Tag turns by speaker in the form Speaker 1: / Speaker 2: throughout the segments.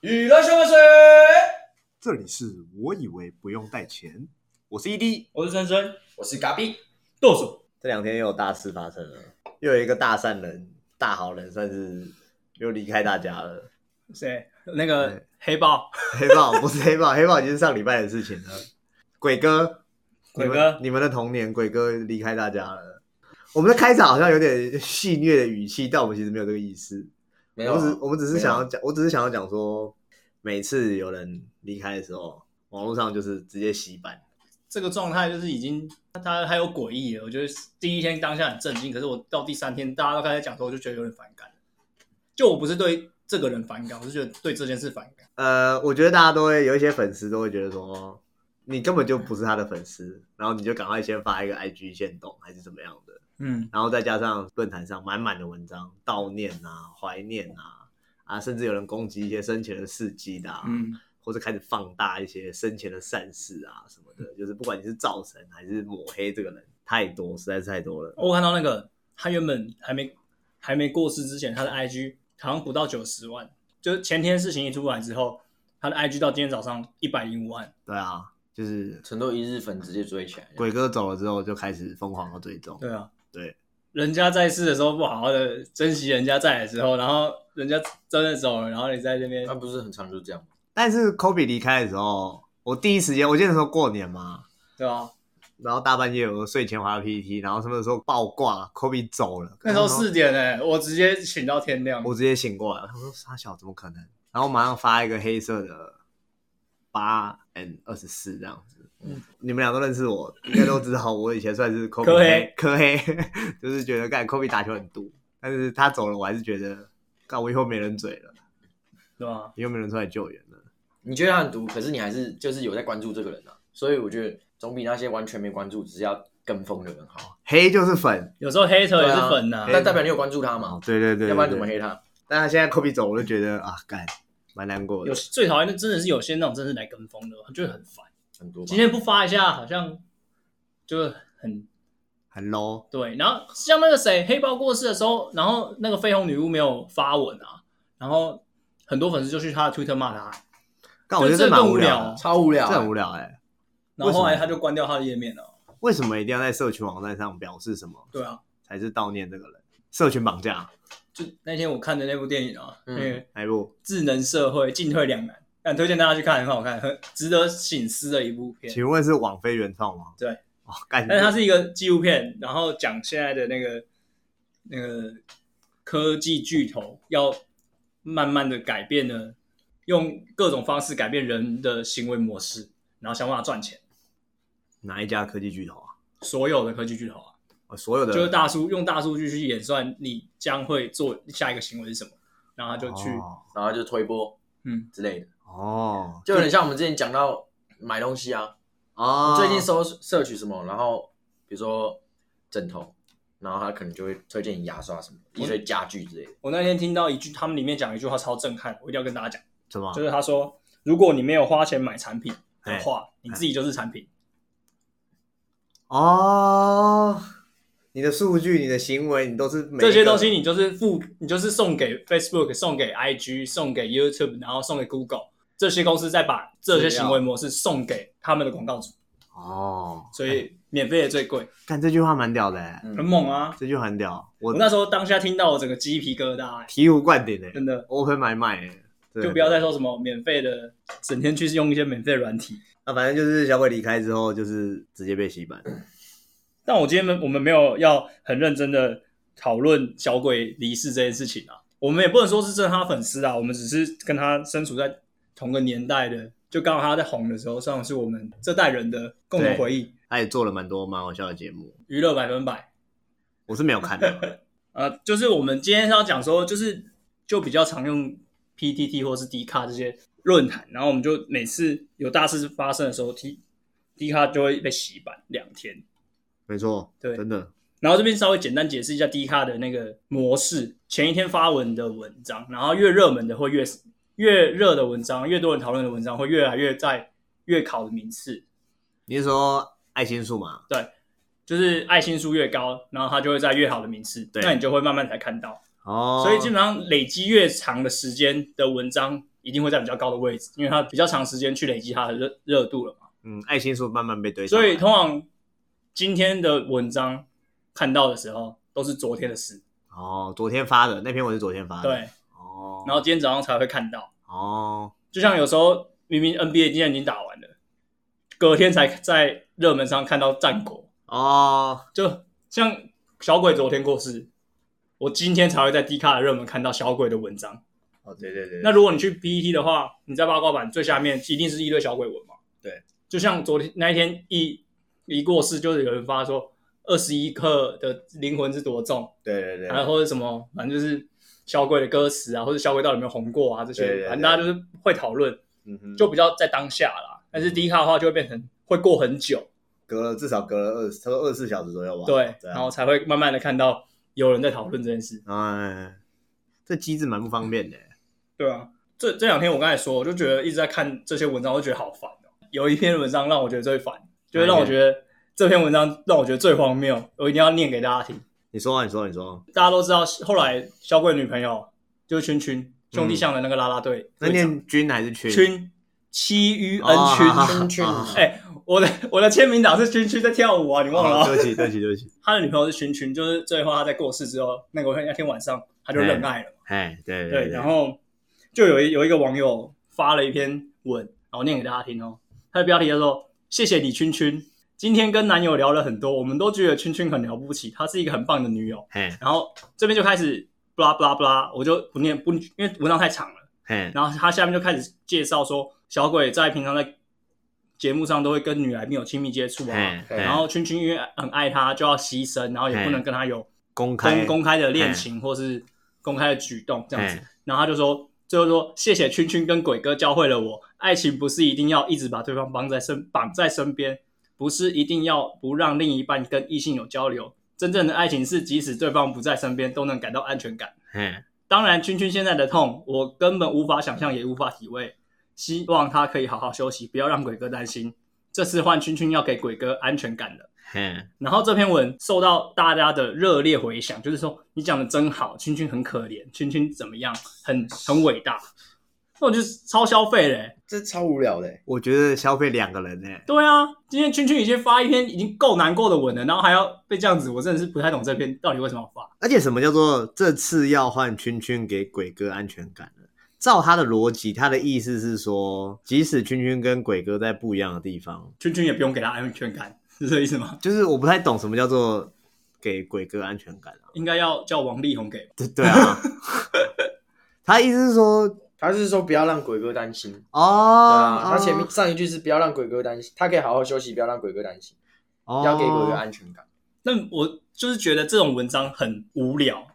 Speaker 1: 娱乐香水，
Speaker 2: 这里是我以为不用带钱，我是 ED，
Speaker 1: 我是森森，
Speaker 3: 我是嘎比，
Speaker 1: 剁手。
Speaker 4: E 这两天又有大事发生了，又有一个大善人、大好人，算是又离开大家了。
Speaker 1: 谁？那个黑豹
Speaker 4: 黑豹不是黑豹，黑豹已经是上礼拜的事情了。鬼哥，
Speaker 1: 鬼
Speaker 4: 你们
Speaker 1: 哥
Speaker 4: 你们的童年，鬼哥离开大家了。我们的开场好像有点戏谑的语气，但我们其实没有这个意思。
Speaker 3: 没
Speaker 4: 我
Speaker 3: 有
Speaker 4: 们
Speaker 3: 啊，
Speaker 4: 只我们只是
Speaker 3: 没有
Speaker 4: 想要讲，我只是想要讲说，每次有人离开的时候，网络上就是直接洗版。
Speaker 1: 这个状态就是已经他还有诡异了。我觉得第一天当下很震惊，可是我到第三天大家都开始讲说，我就觉得有点反感。就我不是对这个人反感，我是觉得对这件事反感。
Speaker 4: 呃，我觉得大家都会有一些粉丝都会觉得说，你根本就不是他的粉丝，然后你就赶快先发一个 IG 限动还是怎么样的，
Speaker 1: 嗯，
Speaker 4: 然后再加上论坛上满满的文章悼念啊、怀念啊，啊，甚至有人攻击一些生前的事迹的、啊，
Speaker 1: 嗯，
Speaker 4: 或者开始放大一些生前的善事啊什么的，就是不管你是造神还是抹黑这个人，太多，实在是太多了。
Speaker 1: 哦我看到那个他原本还没还没过世之前，他的 IG 好像不到九十万，就是前天事情一出来之后，他的 IG 到今天早上一百零五万。
Speaker 4: 对啊，就是
Speaker 3: 成都一日粉直接追起来，
Speaker 4: 鬼哥走了之后就开始疯狂的追踪，
Speaker 1: 对啊，
Speaker 4: 对，
Speaker 1: 人家在世的时候不好好的珍惜人家在的时候，然后人家真的走了，然后你在这边
Speaker 3: 他，不是很常就这样吗？
Speaker 4: 但是科比离开的时候，我第一时间，我记得那时候过年嘛，
Speaker 1: 对啊，
Speaker 4: 然后大半夜我睡前滑 PPT，然后他们说爆挂，科比走了，
Speaker 1: 那时候
Speaker 4: 然后
Speaker 1: 四点哎、我直接请到天亮。
Speaker 4: 我直接醒过来，他说傻小怎么可能？然后马上发一个黑色的八 n 二十四这样子。
Speaker 1: 嗯
Speaker 4: 你们俩都认识我，应该都知道我以前算是科比
Speaker 1: 科黑
Speaker 4: 科黑， 就是觉得干科比打球很毒，但是他走了，我还是觉得干我以后没人嘴了，
Speaker 1: 对吧？
Speaker 4: 以后没人出来救援了。
Speaker 3: 你觉得他很毒，可是你还是就是有在关注这个人啊，所以我觉得总比那些完全没关注，只是要跟风的人好。
Speaker 4: 黑就是粉，
Speaker 1: 有时候黑特也
Speaker 3: 对
Speaker 1: 是
Speaker 3: 啊
Speaker 1: 粉呐、
Speaker 4: 黑
Speaker 3: 但代表你有关注他
Speaker 4: 哦
Speaker 3: 嘛？
Speaker 4: 对对对对
Speaker 3: 要不然怎么黑他？
Speaker 4: 但他现在科比走，我就觉得啊，干蛮难过
Speaker 1: 有
Speaker 4: 的。
Speaker 1: 最讨厌的真的是有些那种真的是来跟风的，就很烦。
Speaker 3: 很多吧
Speaker 1: 今天不发一下，好像就很
Speaker 4: 很 low，
Speaker 1: 对。然后像那个谁黑豹过世的时候，然后那个绯红女巫没有发文啊，然后很多粉丝就去他的 Twitter 骂他，
Speaker 4: 但我觉得
Speaker 1: 这
Speaker 4: 这蛮
Speaker 1: 更
Speaker 4: 无
Speaker 1: 无
Speaker 4: 聊
Speaker 1: 聊
Speaker 4: 的，
Speaker 3: 超无聊
Speaker 4: 这很
Speaker 3: 啊，
Speaker 4: 无聊哎、
Speaker 1: 然后后来他就关掉他的页面了。
Speaker 4: 为什么一定要在社群网站上表示什么
Speaker 1: 对啊，
Speaker 4: 才是悼念这个人？社群绑架，
Speaker 1: 就那天我看的那部电影啊，
Speaker 3: 嗯
Speaker 1: 那个《
Speaker 4: 哪一部？
Speaker 1: 智能社会进退两难》，但推荐大家去看，很好看，很值得醒思的一部片。
Speaker 4: 请问是网飞原创吗？
Speaker 1: 对，
Speaker 4: 哦，干，
Speaker 1: 但是它是一个纪录片，然后讲现在的那个那个科技巨头要慢慢的改变呢，用各种方式改变人的行为模式，然后想办法赚钱。
Speaker 4: 哪一家科技巨头啊？
Speaker 1: 所有的科技巨头啊，
Speaker 4: 哦所有的
Speaker 1: 就是大数用大数据去演算你将会做下一个行为是什么，然后他就去、
Speaker 4: 哦
Speaker 3: 然后就推波，
Speaker 1: 嗯
Speaker 3: 之类的，
Speaker 4: 哦
Speaker 3: 就有点像我们之前讲到买东西啊，
Speaker 4: 哦，
Speaker 3: 最近搜摄取什么，然后比如说枕头，然后他可能就会推荐你牙刷什么，一堆家具之类的。
Speaker 1: 我那天听到一句，他们里面讲一句话超震撼，我一定要跟大家讲，
Speaker 4: 什么
Speaker 1: 就？是他说，如果你没有花钱买产品
Speaker 4: 哎
Speaker 1: 的话，你自己就是产品。
Speaker 4: 哦，你的数据、你的行为，你都是每一个
Speaker 1: 这些东西你就是付，你就是送给 Facebook、送给 IG、送给 YouTube，然后送给 Google，这些公司再把这些行为模式送给他们的广告主，
Speaker 4: 哦。
Speaker 1: 所以免费的最贵，
Speaker 4: 干这句话蛮屌的欸，
Speaker 3: 嗯
Speaker 1: 很猛啊！
Speaker 4: 这句话很屌，我
Speaker 1: 我那时候当下听到，我整个鸡皮疙瘩、欸，
Speaker 4: 醍醐灌顶哎
Speaker 1: 真的。
Speaker 4: ，Open my mind 欸真的
Speaker 1: 就不要再说什么免费的，整天去用一些免费的软体。
Speaker 4: 啊，反正就是小鬼离开之后，就是直接被洗版。
Speaker 1: 但我今天们我们没有要很认真的讨论小鬼离世这件事情啊，我们也不能说是真的他粉丝啊，我们只是跟他身处在同个年代的，就刚好他在红的时候，算是我们这代人的共同回忆。
Speaker 4: 他也做了蛮多蛮好笑的节目，
Speaker 1: 娱乐百分百，
Speaker 4: 我是没有看 的。
Speaker 1: 呃，就是我们今天是要讲说，就是就比较常用 PTT 或是 D 卡这些论坛，然后我们就每次有大事发生的时候，T D 卡就会被洗版两天。
Speaker 4: 没错，
Speaker 1: 对
Speaker 4: 真的
Speaker 1: 然后这边稍微简单解释一下 D 卡的那个模式，前一天发文的文章，然后越热门的会越越热的文章，越多人讨论的文章会越来越在越考的名次，
Speaker 4: 你是说爱心树嘛？
Speaker 1: 就是爱心数越高，然后它就会在越好的名次，
Speaker 4: 对
Speaker 1: 那你就会慢慢才看到。
Speaker 4: 哦，
Speaker 1: 所以基本上累积越长的时间的文章，一定会在比较高的位置，因为他比较长时间去累积他的热热度了嘛。
Speaker 4: 嗯，爱心数慢慢被堆上
Speaker 1: 所
Speaker 4: 来，
Speaker 1: 以通常今天的文章看到的时候都是昨天的事，
Speaker 4: 哦，昨天发的那篇文是昨天发的，
Speaker 1: 对，
Speaker 4: 哦，
Speaker 1: 然后今天早上才会看到。
Speaker 4: 哦，
Speaker 1: 就像有时候明明 NBA 今天已经打完了，隔天才在热门上看到战果，
Speaker 4: 哦，
Speaker 1: 就像小鬼昨天过世，我今天才会在 D 卡的热门看到小鬼的文章。
Speaker 3: 哦，对对对，
Speaker 1: 那如果你去 PET 的话，你在八卦版最下面一定是一堆小鬼文嘛？
Speaker 3: 对，
Speaker 1: 就像昨天那一天一一过世，就是有人发说二十一克的灵魂是多重，
Speaker 3: 对对对，
Speaker 1: 然后或者什么，反正就是小鬼的歌词啊，或者小鬼到底有没有红过啊这些，
Speaker 3: 对对对
Speaker 1: 反正大家就是会讨论，
Speaker 4: 嗯哼，
Speaker 1: 就比较在当下啦。但是 D 卡的话就会变成会过很久，
Speaker 4: 隔了至少隔了二，差不多二十四小时左右吧，
Speaker 1: 哦对，
Speaker 4: 对
Speaker 1: 然
Speaker 4: 啊
Speaker 1: 后才会慢慢的看到有人在讨论这件事。
Speaker 4: 哎，这机制蛮不方便的。欸
Speaker 1: 对啊，这这两天我刚才说，我就觉得一直在看这些文章，我就觉得好烦哦。有一篇文章让我觉得最烦，就是让我觉得这篇文章让我觉得最荒谬，我一定要念给大家听。
Speaker 4: 你说啊，你说，你说，
Speaker 1: 大家都知道，后来小鬼女朋友就是圈圈兄弟象的那个啦啦队，
Speaker 4: 那念君还是群？
Speaker 1: 嗯圈七于恩
Speaker 4: 哦
Speaker 1: 圈
Speaker 4: 好好好
Speaker 1: 圈圈
Speaker 4: 好好好，
Speaker 1: 哎、我的我的签名档是圈圈在跳舞啊，你忘了、
Speaker 4: 哦，
Speaker 1: 啊？
Speaker 4: 对不起，对不起，对不起。
Speaker 1: 他的女朋友是圈圈，就是最后他在过世之后，那个那天晚上他就认爱了。
Speaker 4: 哎，对
Speaker 1: 对，然后就有一有一个网友发了一篇文，然后念给大家听哦。他的标题叫做“谢谢你，圈圈，今天跟男友聊了很多，我们都觉得圈圈很了不起，她是一个很棒的女友。
Speaker 4: 嘿”，
Speaker 1: 然后这边就开始 blah blah blah，我就不念不，因为文章太长了。
Speaker 4: 嘿，
Speaker 1: 然后他下面就开始介绍说，小鬼在平常在节目上都会跟女来宾有亲密接触啊，
Speaker 4: 嘿，嘿
Speaker 1: 然后圈圈因为很爱他，就要牺牲，然后也不能跟他有
Speaker 4: 公开
Speaker 1: 公公开的恋情或是公开的举动这样子
Speaker 4: 嘿。
Speaker 1: 然后他就说，最后说谢谢圈圈跟鬼哥教会了我，爱情不是一定要一直把对方绑在身绑在身边，不是一定要不让另一半跟异性有交流。真正的爱情是，即使对方不在身边，都能感到安全感。
Speaker 4: 嘿，
Speaker 1: 当然，圈圈现在的痛，我根本无法想象，也无法体味。希望他可以好好休息，不要让鬼哥担心。这次换圈圈要给鬼哥安全感了。
Speaker 4: 嘿，
Speaker 1: 然后这篇文受到大家的热烈回响，就是说你讲的真好，圈圈很可怜，圈圈怎么样，很很伟大，那我就是超消费嘞、
Speaker 3: 这超无聊的欸，
Speaker 4: 我觉得消费两个人呢，
Speaker 1: 对啊，今天圈圈已经发一篇已经够难过的文了，然后还要被这样子，我真的是不太懂这篇到底为什么要发。
Speaker 4: 而且什么叫做这次要换圈圈给鬼哥安全感了？照他的逻辑，他的意思是说，即使圈圈跟鬼哥在不一样的地方，
Speaker 1: 圈圈也不用给他安全感，是这个意思吗？
Speaker 4: 就是我不太懂什么叫做给鬼哥安全感啊？
Speaker 1: 应该要叫王力宏给吧。
Speaker 4: 对 对啊，他意思是说，
Speaker 3: 他是说不要让鬼哥担心，对
Speaker 4: 哦，
Speaker 3: 啊，他前面上一句是不要让鬼哥担心，他可以好好休息，不要让鬼哥担心，
Speaker 4: 哦
Speaker 3: 要给鬼哥安全感，
Speaker 1: 那我就是觉得这种文章很无聊，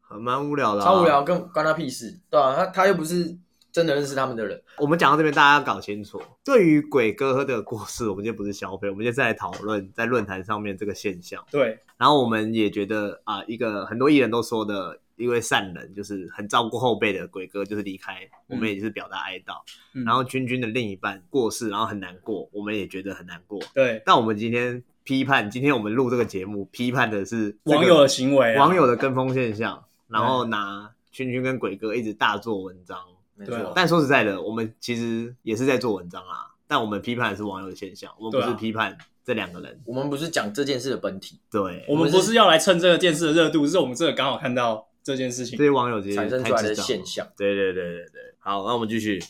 Speaker 4: 很哦蛮无聊的、啊
Speaker 3: 超无。聊，啊跟关他屁事，对啊，他他又不是真的认识他们的人，
Speaker 4: 我们讲到这边，大家要搞清楚，对于鬼哥的过世，我们就不是消费，我们现在在讨论在论坛上面这个现象。
Speaker 1: 对，
Speaker 4: 然后我们也觉得啊、一个很多艺人都说的一位善人，就是很照顾后辈的鬼哥，就是离开，我们也是表达哀悼。
Speaker 1: 嗯
Speaker 4: 然后君君的另一半过世，然后很难过，我们也觉得很难过。
Speaker 1: 对
Speaker 4: 但我们今天批判，今天我们录这个节目，批判的是这个
Speaker 1: 网友的嗯行为、啊，
Speaker 4: 网友的跟风现象，然后拿君君跟鬼哥一直大做文章。
Speaker 3: 没
Speaker 1: 对啊
Speaker 3: 错，
Speaker 4: 但说实在的，我们其实也是在做文章啦，但我们批判的是网友的现象，我们不
Speaker 1: 对
Speaker 4: 是
Speaker 1: 啊
Speaker 4: 批判这两个人。
Speaker 3: 我们不是讲这件事的本体，
Speaker 4: 对，
Speaker 1: 我们不是要来蹭这个件事的热度，是我们真的刚好看到这件事情
Speaker 4: 这。些网友直接
Speaker 3: 产生出来
Speaker 4: 太
Speaker 3: 的
Speaker 4: 智障了
Speaker 3: 现象，
Speaker 4: 对对对对对，好，那我们继续。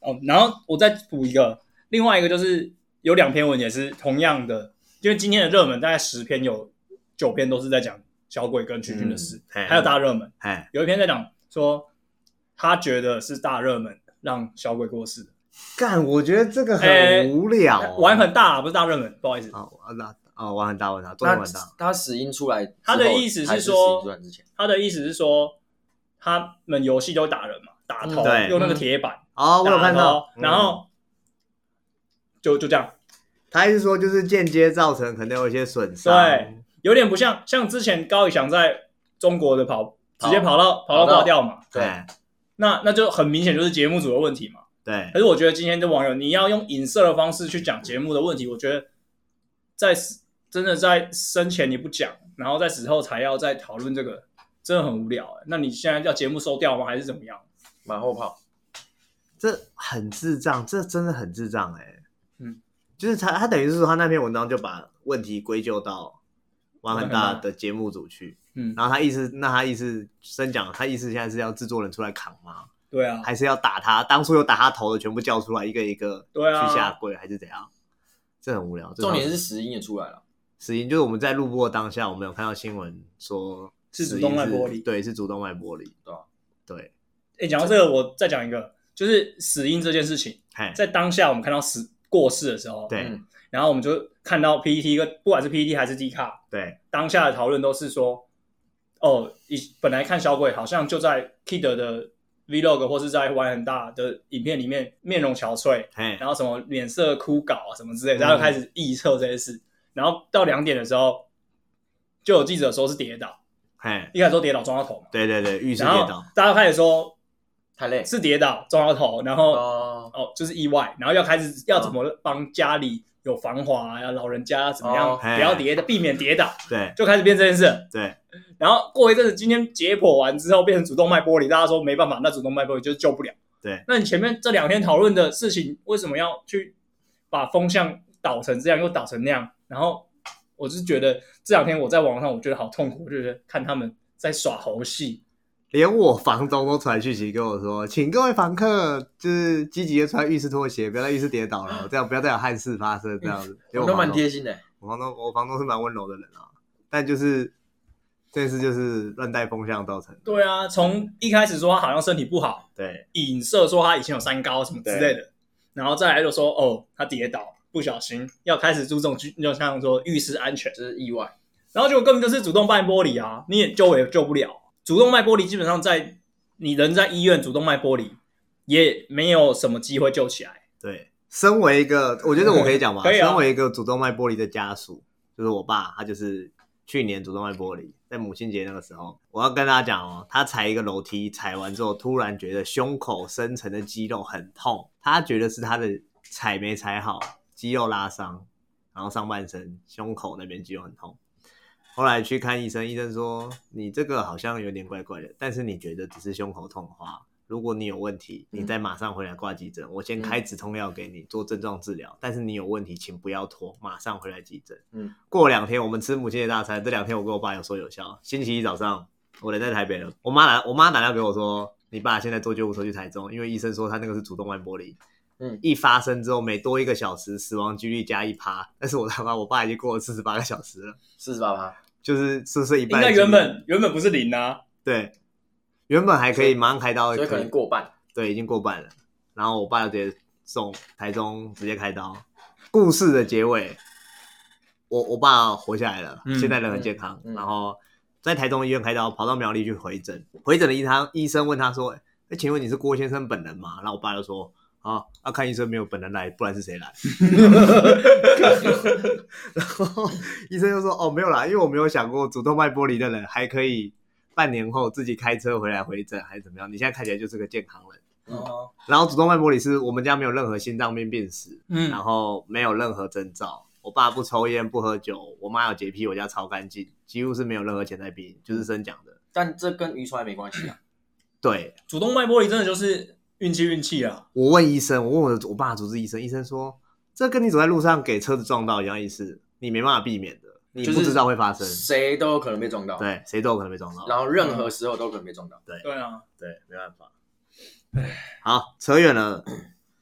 Speaker 1: 哦，然后我再补一个，另外一个就是有两篇文也是同样的，因为今天的热门大概十篇有九篇都是在讲小鬼跟君君的事，
Speaker 4: 嗯嘿
Speaker 1: 还有大热门，
Speaker 4: 哎，
Speaker 1: 有一篇在讲说他觉得是大热门让小鬼过世，
Speaker 4: 干，我觉得这个
Speaker 1: 哎
Speaker 4: 很无聊哦、
Speaker 1: 玩很大、不是大热门，不好意思，
Speaker 4: 啊，我那哦，玩很大，玩很大，做
Speaker 3: 那
Speaker 4: 天玩很大。
Speaker 3: 他死因出来之后，
Speaker 1: 他的意思是
Speaker 3: 还死
Speaker 1: 说
Speaker 3: 因出来之前，
Speaker 1: 他的意思是说他们游戏都打人嘛，打头、
Speaker 4: 嗯对
Speaker 1: 用那个铁板、
Speaker 4: 哦，我有
Speaker 1: 打
Speaker 4: 看
Speaker 1: 头
Speaker 4: 到，，嗯
Speaker 1: 然后、就就这样，
Speaker 4: 他意思说就是间接造成可能有一些损伤。
Speaker 1: 对，有点不像像之前高以翔在中国的跑，直接跑到跑到
Speaker 3: 跑到
Speaker 1: 挂掉嘛。
Speaker 4: 对
Speaker 1: 那那就很明显就是节目组的问题嘛。
Speaker 4: 对
Speaker 1: 可是我觉得今天的网友，你要用影射的方式去讲节目的问题，我觉得在死真的在生前你不讲，然后在死后才要再讨论这个，真的很无聊、欸。那你现在叫节目收掉吗？还是怎么样？
Speaker 3: 马后炮，
Speaker 4: 这很智障，这真的很智障哎、
Speaker 1: 嗯，
Speaker 4: 就是他他等于是说他那篇文章就把问题归咎到玩很大的节目组去，
Speaker 1: 嗯，
Speaker 4: 然后他意思那他意思深讲，他意思现在是要制作人出来扛吗？
Speaker 1: 对啊，
Speaker 4: 还是要打他？当初有打他头的全部叫出来一个一个
Speaker 1: 对啊
Speaker 4: 去下跪，还是怎样？这很无聊。这
Speaker 3: 重点
Speaker 4: 种
Speaker 3: 是石英也出来了，
Speaker 4: 死因，就是我们在录播的当下，我们有看到新闻说
Speaker 1: 是
Speaker 4: 死
Speaker 1: 主
Speaker 4: 因
Speaker 1: 动脉剥离
Speaker 4: 对，是主动脉剥离，
Speaker 3: 对啊
Speaker 4: 对，
Speaker 1: 哎，讲到这个，我再讲一个，就是死因这件事情，
Speaker 4: 嘿，
Speaker 1: 在当下我们看到死过世的时候，
Speaker 4: 对、
Speaker 3: 嗯
Speaker 1: 然后我们就看到 PPT 跟不管是 PPT 还是 D 卡，
Speaker 4: 对，
Speaker 1: 当下的讨论都是说，哦，一本来看小鬼好像就在 Kid 的 Vlog 或是在玩很大的影片里面面容憔悴，
Speaker 4: 嘿，
Speaker 1: 然后什么脸色枯槁啊什么之类的，然后开始臆测这些事。然后到两点的时候，就有记者说是跌倒，
Speaker 4: 嘿，
Speaker 1: 一开始说跌倒撞到头嘛，
Speaker 4: 对对对，浴室
Speaker 1: 然
Speaker 4: 跌
Speaker 1: 后
Speaker 4: 倒，
Speaker 1: 大家开始说
Speaker 3: 太累
Speaker 1: 是跌倒撞到头，然后
Speaker 3: 哦，
Speaker 1: 哦，就是意外，然后要开始要怎么帮家里有防滑呀、老人家怎么样、
Speaker 3: 哦
Speaker 1: 不要跌的，避免跌倒，
Speaker 4: 对
Speaker 1: 就开始变这件事。
Speaker 4: 对，
Speaker 1: 然后过一阵子，今天解剖完之后变成主动脉剥离，大家说没办法，那主动脉剥离就是救不了。
Speaker 4: 对，
Speaker 1: 那你前面这两天讨论的事情，为什么要去把风向导成这样，又导成那样？然后我是觉得这两天我在网上，我觉得好痛苦，就是看他们在耍猴戏。
Speaker 4: 连我房东都传讯息跟我说，请各位房客就是积极的穿浴室拖鞋，不要在浴室跌倒了，这样不要再有憾事发生，这样 子。因为
Speaker 3: 我
Speaker 4: 我
Speaker 3: 都
Speaker 4: 房
Speaker 3: 蛮
Speaker 4: 东
Speaker 3: 贴心的，
Speaker 4: 我房东，我房东是蛮温柔的人啊，但就是这件事就是乱带风向造成的。
Speaker 1: 对啊，从一开始说他好像身体不好，
Speaker 4: 对
Speaker 1: 影射说他以前有三高什么之类的，然后再来就说哦，他跌倒不小心，要开始注重居就像说浴室安全，
Speaker 3: 这是意外，
Speaker 1: 然后结果根本就是主动脉剥离啊，你也救也救不了。主动脉剥离基本上在你人在医院主动脉剥离也没有什么机会救起来。
Speaker 4: 对，身为一个，我觉得我可以讲 吧，
Speaker 1: 可以啊
Speaker 4: 身为一个主动脉剥离的家属，就是我爸，他就是去年主动脉剥离，在母亲节那个时候，我要跟大家讲哦，他踩一个楼梯，踩完之后突然觉得胸口深层的肌肉很痛，他觉得是他的踩没踩好，肌肉拉伤，然后上半身胸口那边肌肉很痛。后来去看医生，医生说你这个好像有点怪怪的，但是你觉得只是胸口痛的话，如果你有问题，
Speaker 3: 嗯
Speaker 4: 你再马上回来挂急诊，我先开止痛药给你做症状治疗，但是你有问题请不要拖，马上回来急诊。
Speaker 3: 嗯，
Speaker 4: 过两天我们吃母亲节大餐，这两天我跟我爸有说有笑。星期一早上我人在台北了，我妈打我妈打电话给我说，你爸现在坐救护车去台中，因为医生说他那个是主动脉剥离。
Speaker 3: 嗯
Speaker 4: 一发生之后，每多一个小时，死亡几率加一趴。但是我他妈，我爸已经过了四十八个小时了。
Speaker 3: 四十八趴，
Speaker 4: 就是是不是一
Speaker 1: 应
Speaker 4: 半的
Speaker 1: 该
Speaker 4: 几率？
Speaker 1: 原本原本不是零啊，
Speaker 4: 对，原本还可以马上开刀，
Speaker 3: 所以可
Speaker 4: 可
Speaker 3: 能
Speaker 4: 以
Speaker 3: 过半，
Speaker 4: 对，已经过半了。然后我爸就直接送台中，直接开刀。故事的结尾，我我爸活下来了，
Speaker 1: 嗯
Speaker 4: 现在人很健康。
Speaker 3: 嗯嗯
Speaker 4: 然后在台中医院开刀，跑到苗栗去回诊。回诊的医生医生问他说：“哎，请问你是郭先生本人吗？”然后我爸就说：“啊，啊，看医生没有本人来，不然是谁来？” 然后医生就说：“哦，没有啦，因为我没有想过主动脉剥离的人还可以半年后自己开车回来回诊，还是怎么样？你现在看起来就是个健康人。”
Speaker 1: 哦，
Speaker 4: 然后主动脉剥离是我们家没有任何心脏病病史，
Speaker 1: 嗯
Speaker 4: 然后没有任何征兆。我爸不抽烟不喝酒，我妈有洁癖，我家超干净，几乎是没有任何潜在病因，就是生讲的。
Speaker 3: 但这跟遗传没关系啊，
Speaker 4: 对
Speaker 1: 主动脉剥离真的就是运气运气啊，
Speaker 4: 我问医生，我问我的我爸的主治医生，医生说这跟你走在路上给车子撞到一样意思，你没办法避免的，你
Speaker 3: 就是
Speaker 4: 不知道会发生。
Speaker 3: 谁都有可能被撞到，，
Speaker 4: 对，谁都有可能被撞到。
Speaker 3: 然后任何时候都可能被撞到，
Speaker 1: 对啊。
Speaker 4: 对，没办法。好，扯远了。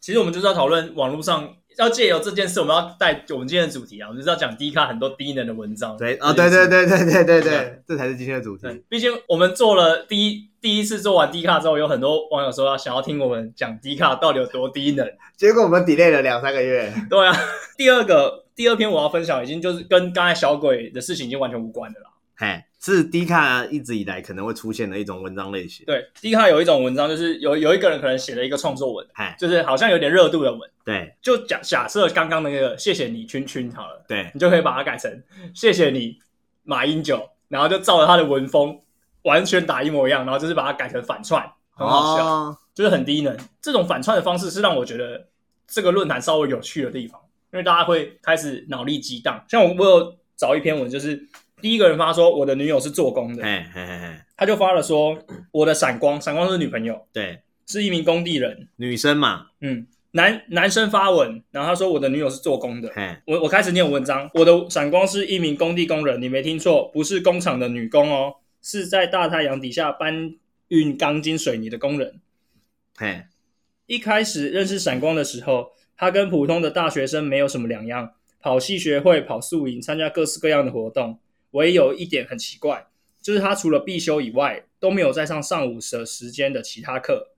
Speaker 1: 其实我们就是要讨论网络上要借由这件事，我们要带我们今天的主题啊，我们就是要讲低卡很多低能的文章。
Speaker 4: 对啊，对对对对对对对，这才是今天的主
Speaker 1: 对
Speaker 4: 题。，
Speaker 1: 毕竟我们做了第一第一次做完低卡之后，有很多网友说要想要听我们讲低卡到底有多低能。
Speaker 4: 结果我们 delay 了两三个月。
Speaker 1: 对啊， 第二个第二篇我要分享已经就是跟刚才小鬼的事情已经完全无关的啦。
Speaker 4: 嘿，是低卡一直以来可能会出现的一种文章类型。
Speaker 1: 对，低卡有一种文章就是有有一个人可能写了一个创作文，
Speaker 4: 嘿，
Speaker 1: 就是好像有点热度的文，
Speaker 4: 对
Speaker 1: 就假假设刚刚那个谢谢你圈圈好了。
Speaker 4: 对
Speaker 1: 你就可以把它改成谢谢你马英九，然后就照着他的文风完全打一模一样，然后就是把它改成反串，很好笑，
Speaker 4: 哦，
Speaker 1: 就是很低能。这种反串的方式是让我觉得这个论坛稍微有趣的地方，因为大家会开始脑力激荡。像我，我有找一篇文，就是第一个人发说我的女友是做工的，
Speaker 4: 嘿嘿嘿嘿，
Speaker 1: 他就发了说我的闪光，闪光是女朋友，
Speaker 4: 对
Speaker 1: 是一名工地人，
Speaker 4: 女生嘛，
Speaker 1: 嗯，男男生发文，然后他说我的女友是做工的。
Speaker 4: 嘿，
Speaker 1: 我我开始念文章，我的闪光是一名工地工人，你没听错，不是工厂的女工哦，是在大太阳底下搬运钢筋水泥的工人。
Speaker 4: 嘿，
Speaker 1: 一开始认识闪光的时候，他跟普通的大学生没有什么两样，跑系学会、跑宿营，参加各式各样的活动。唯有一点很奇怪，就是他除了必修以外，都没有再上上午的时间的其他课。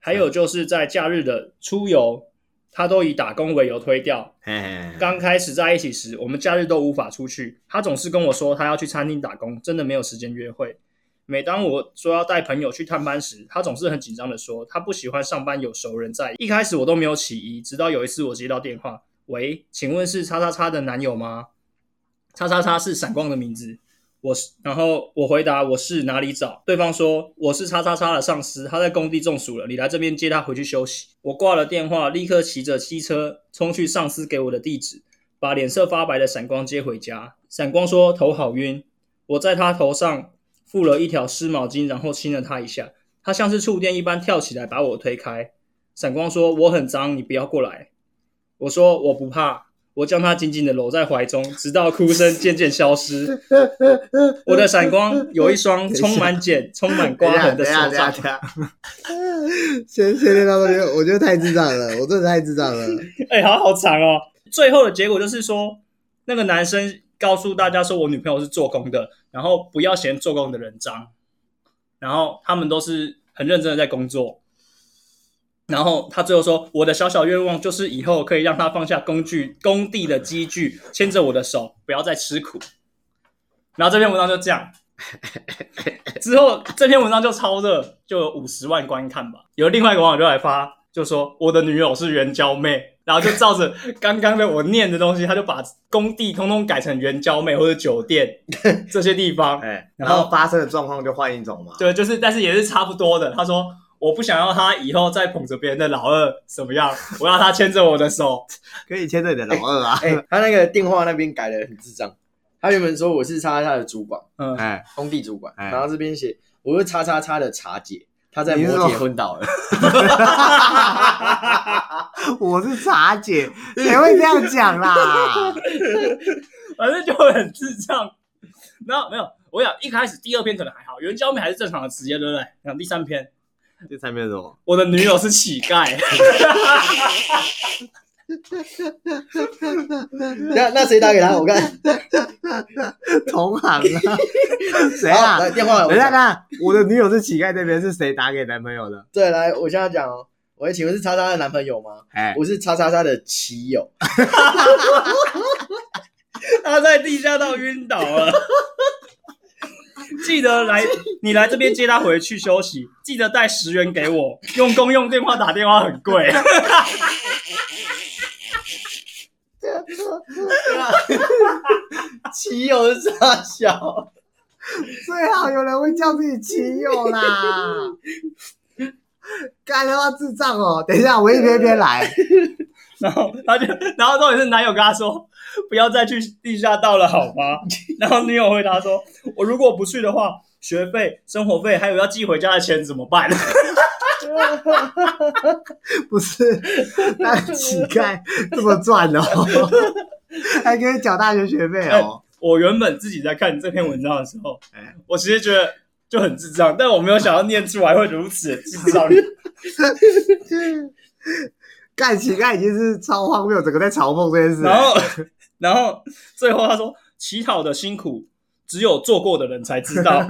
Speaker 1: 还有就是在假日的出游，他都以打工为由推掉。
Speaker 4: 嘿嘿，嘿
Speaker 1: 刚开始在一起时，我们假日都无法出去，他总是跟我说他要去餐厅打工，真的没有时间约会。每当我说要带朋友去探班时，他总是很紧张的说他不喜欢上班有熟人在。一开始我都没有起疑，直到有一次我接到电话，喂，请问是叉叉叉的男友吗？叉叉叉是闪光的名字。我是，然后我回答我是哪里找？对方说我是叉叉叉的上司，他在工地中暑了，你来这边接他回去休息。我挂了电话，立刻骑着机车冲去上司给我的地址，把脸色发白的闪光接回家。闪光说头好晕，我在他头上附了一条湿毛巾，然后亲了他一下，他像是触电一般跳起来把我推开。闪光说我很脏，你不要过来。我说我不怕，我将他紧紧的搂在怀中，直到哭声渐渐消失。我的闪光有一双充满 茧、充满
Speaker 4: 等
Speaker 1: 刮
Speaker 4: 一下
Speaker 1: 痕的
Speaker 4: 等一
Speaker 1: 手
Speaker 4: 下等一下
Speaker 1: 掌
Speaker 4: 等一。下，
Speaker 5: 先先练到这边，我觉得太智障了，我真的太智障了。
Speaker 1: 哎、好好长哦。最后的结果就是说，那个男生告诉大家说我女朋友是做工的，然后不要嫌做工的人脏，然后他们都是很认真的在工作。然后他最后说：“我的小小愿望就是以后可以让他放下工具、工地的机具，牵着我的手，不要再吃苦。”然后这篇文章就这样。之后这篇文章就超热，就有五十万观看吧。有另外一个网友就来发，就说我的女友是援交妹，然后就照着刚刚的我念的东西，他就把工地通通改成援交妹或者酒店这些地方。
Speaker 4: 哎，
Speaker 1: 然
Speaker 4: 然
Speaker 1: 后
Speaker 4: 后发生的状况就换一种嘛，
Speaker 1: 对，就是但是也是差不多的。他说我不想要他以后再捧着别人的老二怎么样，我要他牵着我的手。
Speaker 4: 可以牵着你的老二啊，
Speaker 3: 哎、他那个电话那边改的很智障。他原本说我是叉叉叉的主管，
Speaker 1: 嗯，
Speaker 4: 哎，
Speaker 3: 工地主管，
Speaker 4: 哎
Speaker 3: 然后这边写我是叉叉叉的茶姐，她在
Speaker 4: 你是
Speaker 3: 摩
Speaker 4: 说
Speaker 3: 铁昏倒了。
Speaker 4: 我是茶姐，谁会这样讲啦？
Speaker 1: 反正就很智障。然后没有，我想一开始第二篇可能还好，援交妹还是正常的职业，对不对？然后第三篇，
Speaker 4: 这上面是什么？
Speaker 1: 我的女友是乞丐。
Speaker 3: 那那谁打给他？我看，
Speaker 4: 同行啊，谁
Speaker 3: 好
Speaker 4: 啊？
Speaker 3: 来电话来，我
Speaker 4: 等一下，等一
Speaker 3: 讲
Speaker 4: 下，我的女友是乞丐那边是谁打给男朋友的？
Speaker 3: 对，来，我现在讲哦。喂，请问是叉叉的男朋友吗？
Speaker 4: 哎，
Speaker 3: 我是叉叉叉的骑友，
Speaker 1: 他在地下道晕倒了。记得来，你来这边接他回去休息。记得带十元给我，用公用电话打电话很贵。
Speaker 3: 骑友是傻小，
Speaker 4: 最好有人会叫自己亲友啦。干他妈智障哦！等一下，我一篇一篇来。
Speaker 1: 然后他就，然后重点是男友跟他说，不要再去地下道了，好吗？ 然后女友回答说，我如果不去的话，学费、生活费还有要寄回家的钱怎么办？
Speaker 4: 不是，那乞丐这么赚 哦，还可以缴大学学费哦。
Speaker 1: 我原本自己在看这篇文章的时候，我其实觉得就很智障，但我没有想到念出来会如此的智障。
Speaker 4: 干乞丐已经是超荒谬，整个在嘲讽这件事。
Speaker 1: 然后， 然后最后他说，乞讨的辛苦只有做过的人才知道，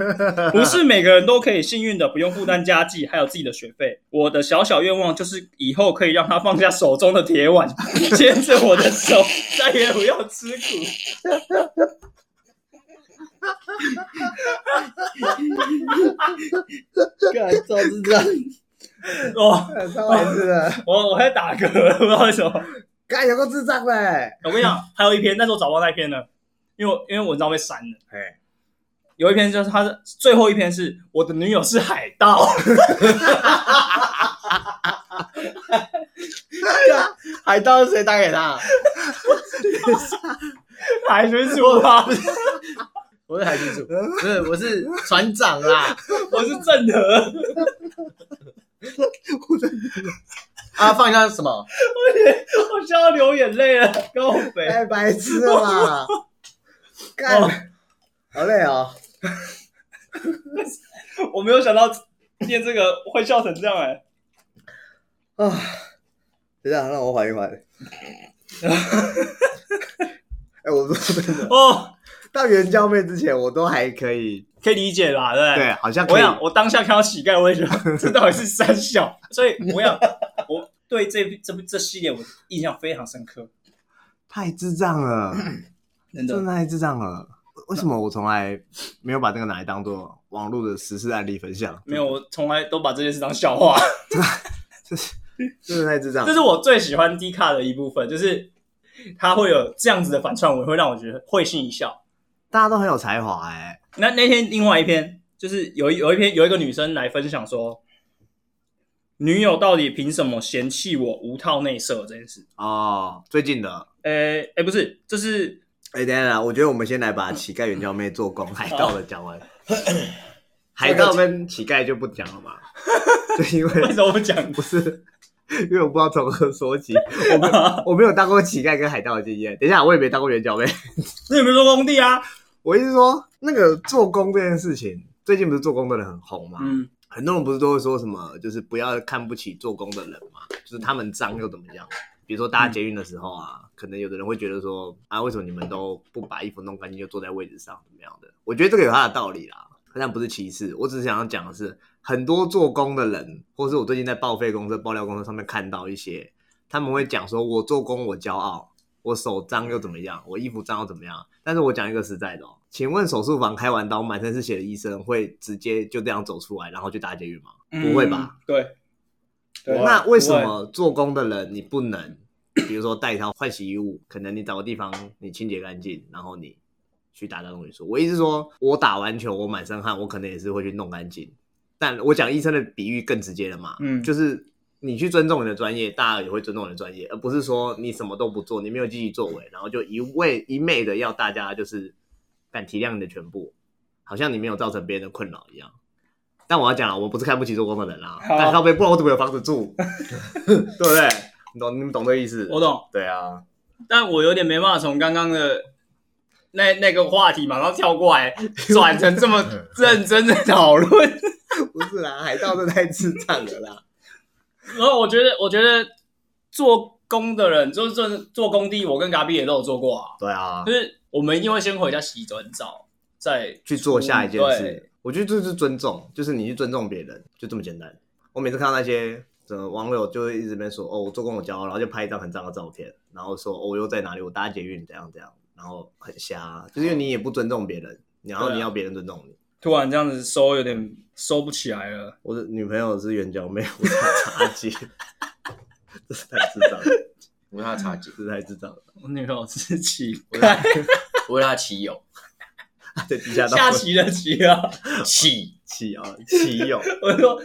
Speaker 1: 不是每个人都可以幸运的不用负担家计，还有自己的学费。我的小小愿望就是以后可以让他放下手中的铁碗，牵着我的手，再也不要吃苦。
Speaker 3: 干早知 道。
Speaker 1: 哦，
Speaker 4: 超白痴的，
Speaker 1: 我我还打嗝，不知道为什么。
Speaker 4: 干有个智障嘞！
Speaker 1: 我跟你讲，还有一篇，但是我找不到那一篇了，因为我因为文章被删了。
Speaker 4: 哎，
Speaker 1: 有一篇就是他的最后一篇是我的女友是海盗，
Speaker 3: 海盗是谁打给
Speaker 4: 啊
Speaker 3: 他？
Speaker 1: 海巡署吧，
Speaker 3: 我是海 巡署，不是，我是船长啦。
Speaker 1: 我是郑和。
Speaker 3: 啊，放一下什么？
Speaker 1: 我笑到流眼泪了，跟我肥。
Speaker 5: 太白痴了 吧！干，
Speaker 1: 哦
Speaker 5: 好累哦。
Speaker 1: 我没有想到念这个会笑成这样哎、
Speaker 5: 啊，等一下，让我缓一 缓。哎、我说真的，
Speaker 1: 哦，
Speaker 5: 到援交妹之前，我都还可以。
Speaker 1: 可以理解吧？对不对？
Speaker 4: 对，好像
Speaker 1: 我
Speaker 4: 可以。
Speaker 1: 想，我当下看到乞丐，我也觉 得这到底是三小，所以我想，我对这这这系列我印象非常深刻，
Speaker 4: 太智障了，
Speaker 1: 嗯真
Speaker 4: 真
Speaker 1: 的。
Speaker 4: 的太智障了。为什么我从来没有把这个拿来当做网络的实事案例分享？
Speaker 1: 没有，，我从来都把这件事当笑话。
Speaker 4: 真的太智障
Speaker 1: 这。是我最喜欢 D 卡的一部分，就是它会有这样子的反串文，会让我觉得会心一笑。
Speaker 4: 大家都很有才华哎、
Speaker 1: 那那天另外一篇就是有一有一篇有一个女生来分享说，女友到底凭什么嫌弃我无套内射这件事？
Speaker 4: 哦，最近的，
Speaker 1: 呃、诶不是，这是
Speaker 4: 哎、等一下，我觉得我们先来把乞丐援交妹做工海盗的 讲完。海盗跟乞丐就不讲了嘛，就因为
Speaker 1: 为什么不讲？
Speaker 4: 不是，因为我不知道从何说起。我没
Speaker 1: 啊
Speaker 4: 有，我没有当过乞丐跟海盗的经验。等一下，我也没当过援交妹。
Speaker 1: 你有没有做工地啊？
Speaker 4: 我意思说，那个做工这件事情，最近不是做工的人很红嘛？
Speaker 1: 嗯，
Speaker 4: 很多人不是都会说什么，就是不要看不起做工的人嘛，就是他们脏又怎么样？比如说搭捷运的时候啊，可能有的人会觉得说啊，为什么你们都不把衣服弄干净就坐在位置上怎么样的？我觉得这个有它的道理啦，但不是歧视。我只是想要讲的是，很多做工的人，或是我最近在报废公司、爆料公司上面看到一些，他们会讲说我做工我骄傲，我手脏又怎么样？我衣服脏又怎么样？但是我讲一个实在的哦，请问手术房开完刀，满身是血的医生会直接就这样走出来，然后去搭捷运吗？不会吧？
Speaker 1: 嗯对，对啊
Speaker 4: 那为什么做工的人你不能， 比如说带一套换洗衣物，可能你找个地方你清洁干净，然后你去打打东西说。我意思是说，我打完球我满身汗，我可能也是会去弄干净。但我讲医生的比喻更直接了嘛，
Speaker 1: 嗯
Speaker 4: 就是你去尊重你的专业，大家也会尊重你的专业，而不是说你什么都不做，你没有积极作为，然后就一味一昧的要大家就是敢体谅你的全部，好像你没有造成别人的困扰一样。但我要讲了，我不是看不起做工的人啦、
Speaker 1: 好
Speaker 4: 但靠背，不然我怎么有房 子住？对不对？你懂你们懂这意思？
Speaker 1: 我。懂。
Speaker 4: 对啊，
Speaker 1: 但我有点没办法从刚刚的那那个话题马上跳过 来，转成这么认真的讨论。
Speaker 5: 不是啦，海盗这太智障了啦。
Speaker 1: 然后我觉得，我觉得做工的人，就是做做工地，我跟嘎比也都有做过啊。
Speaker 4: 对啊
Speaker 1: 就，是我们一定会先回家洗完澡，再
Speaker 4: 去做下一件
Speaker 5: 嗯
Speaker 1: 对
Speaker 4: 事，我觉得这就是尊重，就是你去尊重别人，就这么简单。我每次看到那些什么网友就会一直在那边说，哦，我做工我骄傲，然后就拍一张很脏的照片，然后说，哦，我又在哪里，我搭捷运怎样怎样，然后很瞎，啊就是因为你也不尊重别人，然后
Speaker 1: 对啊
Speaker 4: 你要别人尊重你。
Speaker 1: 突然这样子收，有点收不起来了。
Speaker 4: 我的女朋友是援交妹， 我是茶姐，这是太智障了。
Speaker 3: 我为他差几，
Speaker 4: 这是太智障了，
Speaker 1: 我女朋友是棋，
Speaker 3: 我为他骑友，
Speaker 4: 在地下道
Speaker 1: 下棋的棋啊。
Speaker 3: 骑
Speaker 4: 棋啊，棋友，
Speaker 1: 我说，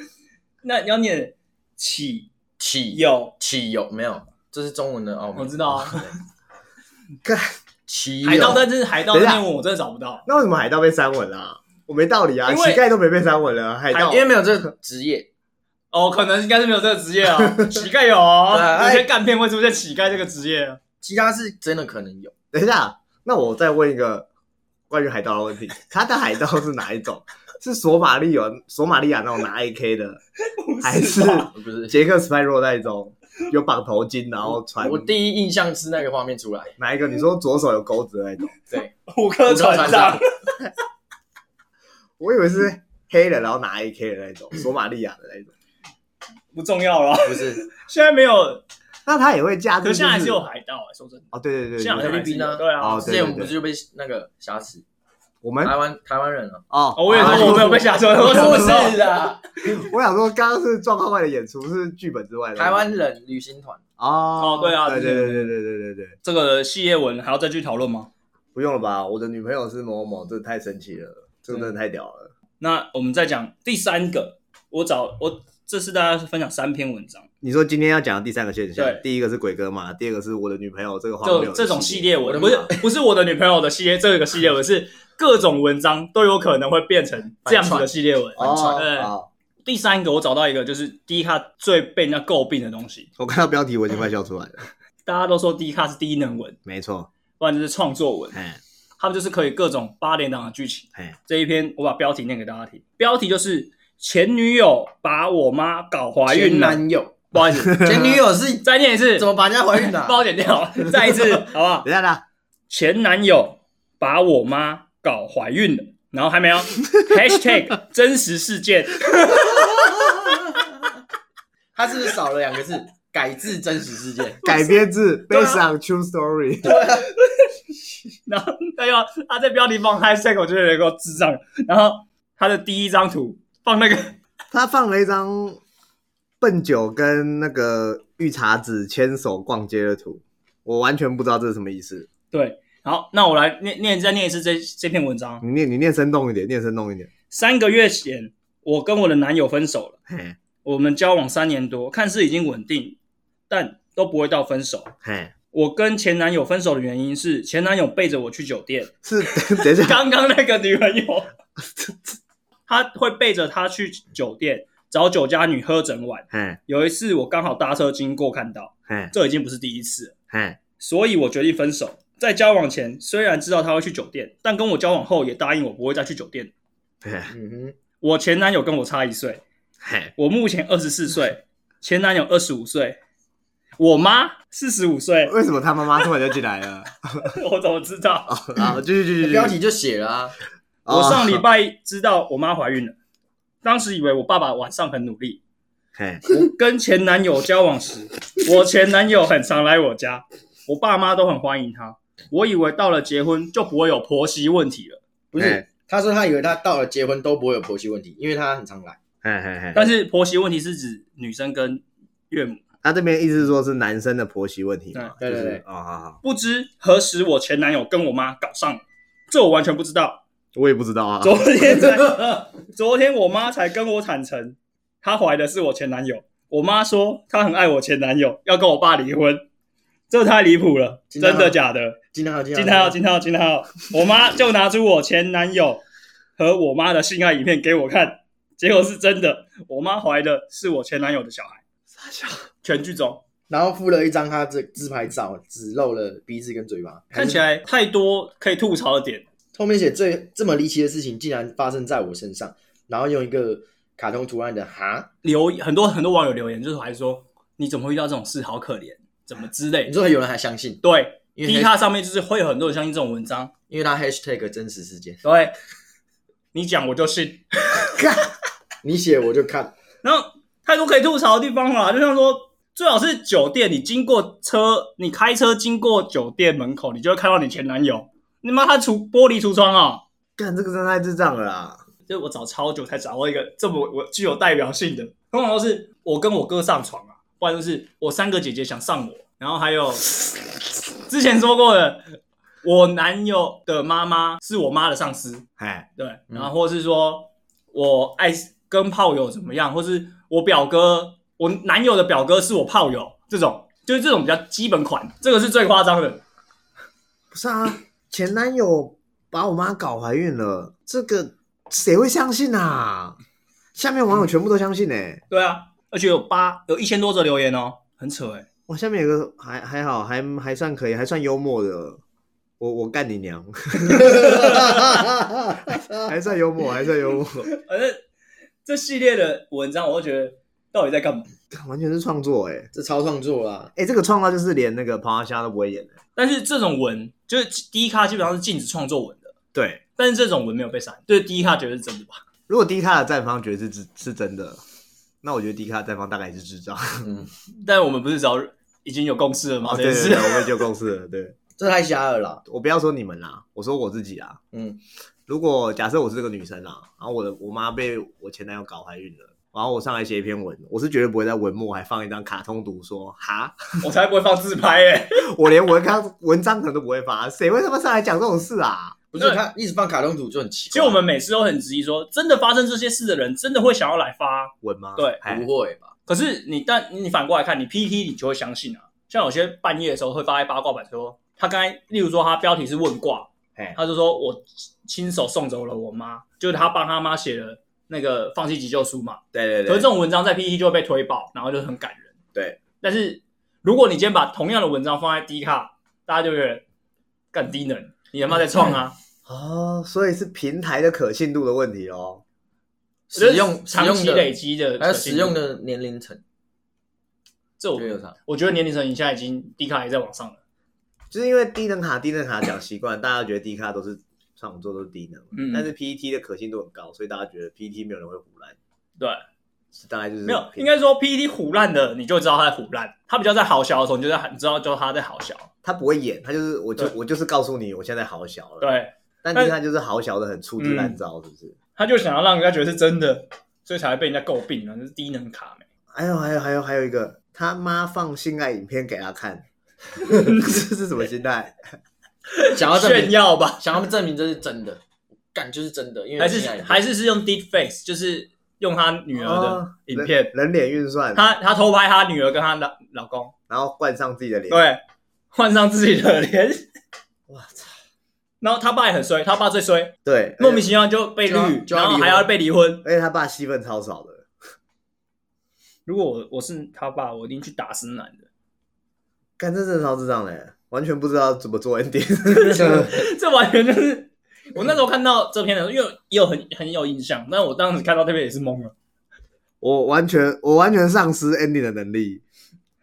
Speaker 1: 那你要念起
Speaker 3: 骑
Speaker 1: 有，
Speaker 3: 骑友没有，这是中文的澳门。
Speaker 1: 我知道啊
Speaker 3: 对。
Speaker 5: 干
Speaker 3: 骑
Speaker 1: 海盗，
Speaker 3: 友，
Speaker 1: 但是海盗
Speaker 4: 等一
Speaker 1: 那
Speaker 4: 下
Speaker 1: 念我我真的找不到。
Speaker 4: 那为什么海盗被删文啦、我没道理啊，
Speaker 1: 因
Speaker 4: 乞
Speaker 1: 为
Speaker 4: 丐都没被删文了，海盗
Speaker 3: 因为没有这个职业，
Speaker 1: 哦，可能应该是没有这个职 业啊，乞丐有哦，
Speaker 3: 对哎
Speaker 1: 有些干片会出现乞丐这个职业。啊
Speaker 3: 其他是真的可能有。
Speaker 4: 等一下，那我再问一个关于海盗的问题，他的海盗是哪一种？是索马利亚索马利亚那种拿 AK 的， 还是
Speaker 3: 不是，
Speaker 4: 杰克斯派洛那一种有绑头巾然后穿
Speaker 3: 我第一印象是那个画面出来，
Speaker 4: 哪一个？你说左手有钩子的那一种，
Speaker 1: 虎克船长，
Speaker 4: 我以为
Speaker 3: 嗯
Speaker 4: 是黑人然后拿 AK 的那一 种，索马利亚的那一种。
Speaker 1: 不重要了，
Speaker 3: 不是
Speaker 1: 现在没有，
Speaker 4: 那他也会架制、
Speaker 1: 可
Speaker 4: 就是是，
Speaker 1: 现在还是有海盗啊，说真的，
Speaker 4: 哦，对对对对
Speaker 1: 现在好像
Speaker 3: 菲
Speaker 1: 还
Speaker 3: 律
Speaker 1: 是有
Speaker 3: 宾啊
Speaker 1: 对哎啊，
Speaker 4: 哦
Speaker 3: 之前我们不是就被那个挟持，
Speaker 4: 我们
Speaker 3: 台湾台湾人啊，
Speaker 4: 哦
Speaker 1: 哦我也说我没有被吓说，我说我哦是
Speaker 3: 啊，
Speaker 4: 我想说，刚刚是状况外的演出，是剧本之外的。
Speaker 3: 台湾人旅行团，
Speaker 4: 哦
Speaker 1: 哦对啊
Speaker 4: 对对对对对对对对，
Speaker 1: 这个系列文还要再去讨论吗？
Speaker 4: 不用了吧？我的女朋友是某某某，这太神奇了，这个真的太屌了。
Speaker 1: 那我们再讲第三个，我找我这次大家分享三篇文章，
Speaker 4: 你说今天要讲的第三个现象
Speaker 1: 对，
Speaker 4: 第一个是鬼哥嘛，第二个是我的女朋友这个荒谬
Speaker 1: 就
Speaker 4: 的
Speaker 1: 这种系列
Speaker 4: 我
Speaker 1: 文，
Speaker 4: 的
Speaker 1: 不
Speaker 4: 妈
Speaker 1: 是不是我的女朋友的系列，这个系列文是各种文章都有可能会变成这样子的系列文。
Speaker 4: 哦
Speaker 1: 对
Speaker 4: 哦，
Speaker 1: 第三个我找到一个就是低卡最被人家诟病的东西，
Speaker 4: 我看到标题我已经快笑出来了。
Speaker 1: 大家都说低卡是低能文，
Speaker 4: 没错，
Speaker 1: 不然就是创作文，
Speaker 4: 哎
Speaker 1: 他们就是可以各种八点档的剧情。
Speaker 4: 哎，
Speaker 1: 这一篇我把标题念给大家听，标题就是前女友把我妈搞怀孕
Speaker 3: 前
Speaker 1: 了，
Speaker 3: 男友，
Speaker 1: 不好意思，
Speaker 3: 前女友 是
Speaker 1: 再念一次，
Speaker 3: 怎么把人家怀孕的、啊
Speaker 1: 帮我剪掉，再一次，好不好
Speaker 4: 等？一下啦，
Speaker 1: 前男友把我妈搞怀孕了，然后还没 有 hashtag 真实事件，
Speaker 3: 他是不是少了两个字？改制真实事 件，
Speaker 4: 改编自《
Speaker 1: 对啊
Speaker 4: Based on True Story》
Speaker 1: 然后他要他在标题放 hashtag，我就觉得有够智障。然后他的第一张图放那个，
Speaker 4: 他放了一张笨九跟那个绿茶子牵手逛街的图，我完全不知道这是什么意思。
Speaker 1: 对，好，那我来念念再念一次这这篇文章。
Speaker 4: 你念你念生动一点，念生动一点。
Speaker 1: 三个月前，我跟我的男友分手了，
Speaker 4: 嘿，
Speaker 1: 我们交往三年多，看似已经稳定，但都不会到分手。
Speaker 4: 嘿，
Speaker 1: 我跟前男友分手的原因是前男友背着我去酒店，
Speaker 4: 是 等一下，
Speaker 1: 刚刚那个女朋友， 她会背着他去酒店找酒家女喝整晚。
Speaker 4: 嘿，
Speaker 1: 有一次我刚好搭车经过看到，
Speaker 4: 嘿，
Speaker 1: 这已经不是第一次了，
Speaker 4: 嘿，
Speaker 1: 所以我决定分手。在交往前虽然知道他会去酒店，但跟我交往后也答应我不会再去酒店。
Speaker 4: 嘿，
Speaker 3: 嗯
Speaker 1: 我前男友跟我差一岁，
Speaker 4: 嘿，
Speaker 1: 我目前二十四岁，前男友二十五岁，我妈四十五岁，
Speaker 4: 为什么他妈妈突然就进来 了？
Speaker 1: 我怎么知道？
Speaker 4: 好，啊继续继续继
Speaker 3: 哼，
Speaker 4: 续。
Speaker 3: 标题就写了啊，
Speaker 4: 哦
Speaker 1: 我上礼拜知道我妈怀孕了，当时以为我爸爸晚上很努力。
Speaker 4: 嘿，
Speaker 1: 我跟前男友交往时，我前男友很常来我家，我爸妈都很欢迎他。我以为到了结婚就不会有婆媳问题了，
Speaker 3: 不
Speaker 4: 嘿
Speaker 3: 是，他说他以为他到了结婚都不会有婆媳问题，因为他很常来。
Speaker 4: 嘿嘿嘿。
Speaker 1: 但是婆媳问题是指女生跟岳母。
Speaker 4: 他这边意思是说是男生的婆媳问题嘛？
Speaker 3: 对
Speaker 4: 就
Speaker 3: 对
Speaker 4: 是
Speaker 3: 对对
Speaker 4: 哦，好好，
Speaker 1: 不知何时我前男友跟我妈搞上了，这我完全不知道。
Speaker 4: 我也不知道啊。
Speaker 1: 昨天才， 昨天我妈才跟我坦诚，她怀的是我前男友。我妈说她很爱我前男友，要跟我爸离婚，这太离谱了，真
Speaker 3: 金泰浩
Speaker 1: 的假的？
Speaker 3: 金天浩，今
Speaker 1: 金泰浩，金泰浩，金泰浩，我妈就拿出我前男友和我妈的性爱影片给我看，结果是真的，我妈怀的是我前男友的小孩，全剧终。
Speaker 3: 然后附了一张他这自拍照，只露了鼻子跟嘴巴，
Speaker 1: 看起来
Speaker 3: 来
Speaker 1: 太多可以吐槽的点，
Speaker 3: 后面写最这么离奇的事情竟然发生在我身上，然后用一个卡通图案的哈，
Speaker 1: 留很多很多网友留言，就是还说你怎么会遇到这种事，好可怜，怎么之类
Speaker 3: 你
Speaker 1: 的。
Speaker 3: 说有人还相信，
Speaker 1: 对，
Speaker 3: 因为
Speaker 1: 低
Speaker 3: hash-
Speaker 1: 卡上面就是会有很多人相信这种文章，
Speaker 3: 因为他 hashtag 真实事件，
Speaker 1: 对，你讲我就信。
Speaker 3: 你写我就看，
Speaker 1: 然后太多可以吐槽的地方啦，就像说，最好是酒店，你经过车，你开车经过酒店门口，你就会看到你前男友。你妈他橱玻璃橱窗啊、
Speaker 4: 干这个真的太智障了啦！
Speaker 1: 就是我找超久才找到一个这么我具有代表性的，通常都是我跟我哥上床啊，不然就是我三个姐姐想上我，然后还 有之前说过的，我男友的妈妈是我妈的上司，
Speaker 4: 嘿，
Speaker 1: 对，然
Speaker 4: 嗯
Speaker 1: 后或是说我爱跟炮友怎么样，或是我表哥，我男友的表哥是我炮友，这种就是这种比较基本款，这个是最夸张的。
Speaker 4: 不是啊，前男友把我妈搞怀孕了，这个谁会相信啊？下面网友全部都相信呢、
Speaker 1: 对啊，而且有八有一千多则留言哦，很扯哎、
Speaker 4: 我下面有个还还好，还还算可以，还算幽默的。我我干你娘， 还算幽默，还算幽默，
Speaker 1: 反正这系列的文章，我就觉得到底在干嘛？
Speaker 4: 干完全是创作哎、欸、
Speaker 3: 这超创作啦，
Speaker 4: 哎、这个创造就是连那个螃蟹虾都不会演的、
Speaker 1: 但是这种文就是第一咖基本上是禁止创作文的，
Speaker 4: 对，
Speaker 1: 但是这种文没有被删，对第一咖绝对是真的吧？
Speaker 4: 如果低卡的绽放觉得是真是真的，那我觉得低卡的绽放大概是智障。
Speaker 3: 嗯，
Speaker 1: 但我们不是早已经有共识了吗？这
Speaker 4: 对
Speaker 1: 件
Speaker 4: 对
Speaker 1: 事
Speaker 4: 哦 对，我们就共识了。对
Speaker 3: 这太瞎了啦，
Speaker 4: 我不要说你们啦，我说我自己啊。
Speaker 3: 嗯，
Speaker 4: 如果假设我是这个女生啦，然后我的我妈被我前男友搞怀孕了，然后我上来写一篇文，我是绝对不会在文末还放一张卡通图说哈，
Speaker 1: 我才不会放自拍哎、
Speaker 4: 我连文章文章可能都不会发，谁会他妈上来讲这种事啊？
Speaker 3: 不
Speaker 1: 那
Speaker 3: 是他一直放卡通图就很奇怪，
Speaker 1: 其实我们每次都很质疑说，真的发生这些事的人，真的会想要来发？
Speaker 4: 文吗？
Speaker 1: 对
Speaker 4: 哎
Speaker 3: 不会吧？
Speaker 1: 可是你但你反过来看，你 PT 你就会相信啊。像有些半夜的时候会发在八卦版说，他刚才例如说他标题是问卦
Speaker 4: 哎，
Speaker 1: 他就说我亲手送走了我妈，就是他帮他妈写了那个放弃急救书嘛，
Speaker 3: 对对
Speaker 1: 可是
Speaker 3: 对
Speaker 1: 这，种文章在 PPT 就会被推爆，然后就很感人。
Speaker 3: 对，
Speaker 1: 但是如果你今天把同样的文章放在 D 卡，大家就觉得干低能，你他妈在创 啊！
Speaker 4: 哦，所以是平台的可信度的问题哦。
Speaker 1: 我觉得
Speaker 3: 使用使
Speaker 1: 长
Speaker 3: 用
Speaker 1: 期累
Speaker 3: 的
Speaker 1: 积的，
Speaker 3: 还有使用，的年龄层，
Speaker 1: 这
Speaker 3: 我
Speaker 1: 我
Speaker 3: 觉得有差。
Speaker 1: 我觉得年龄层以下已经 D 卡也在往上了。
Speaker 4: 就是因为低能卡、低能卡讲习惯，大家觉得低卡都是创作都是低能，
Speaker 1: 嗯
Speaker 4: 但是 PET 的可信度很高，所以大家觉得 PET 没有人会胡乱，
Speaker 1: 对，
Speaker 4: 是大概就是
Speaker 1: 没有，应
Speaker 4: 平
Speaker 1: 该说 PPT 虎烂的，你就知道他在虎烂；他比较在好笑的时候，你就在你知道就他在好笑。
Speaker 4: 他不会演，他就是我就
Speaker 1: 对
Speaker 4: 我就是告诉你我现在好小了，，
Speaker 1: 对，
Speaker 4: 但
Speaker 1: 但嗯
Speaker 4: 低卡就是好小的很粗制滥造，是不是？
Speaker 1: 他就想要让人家觉得是真的，所以才会被人家诟病啊，这是低能卡没。
Speaker 4: 还有还有还有还有一个他妈放性爱影片给 他看，这是什么心态？
Speaker 3: 想要证
Speaker 1: 炫
Speaker 3: 明，
Speaker 1: 耀吧，
Speaker 3: 想要证明这是真的，干就是真的，因为
Speaker 1: 还
Speaker 3: 现在
Speaker 1: 是
Speaker 3: 有
Speaker 1: 还是是用 deep face，就是用他女儿的
Speaker 4: 哦
Speaker 1: 影片，
Speaker 4: 人人脸运算，
Speaker 1: 他他偷拍他女儿跟他老老公，
Speaker 4: 然后冠上自己的脸，
Speaker 1: 对，换上自己的脸，
Speaker 4: 哇操，
Speaker 1: 然后他爸也很衰，他爸最衰，
Speaker 4: 对，
Speaker 1: 莫名其妙就被绿，
Speaker 3: 哎就要
Speaker 1: 然后
Speaker 3: 就要离婚
Speaker 1: 还要被离婚。
Speaker 4: 而且他爸戏份超少的，
Speaker 1: 如果我我是他爸，我一定去打死男的，
Speaker 4: 干这真的超智障的，完全不知道怎么做 ending。
Speaker 1: 这完全就是。我那时候看到这篇的时候，因为也有很很有印象，但我当时看到这篇也是懵了。
Speaker 4: 我完全我完全丧失 ending 的能力。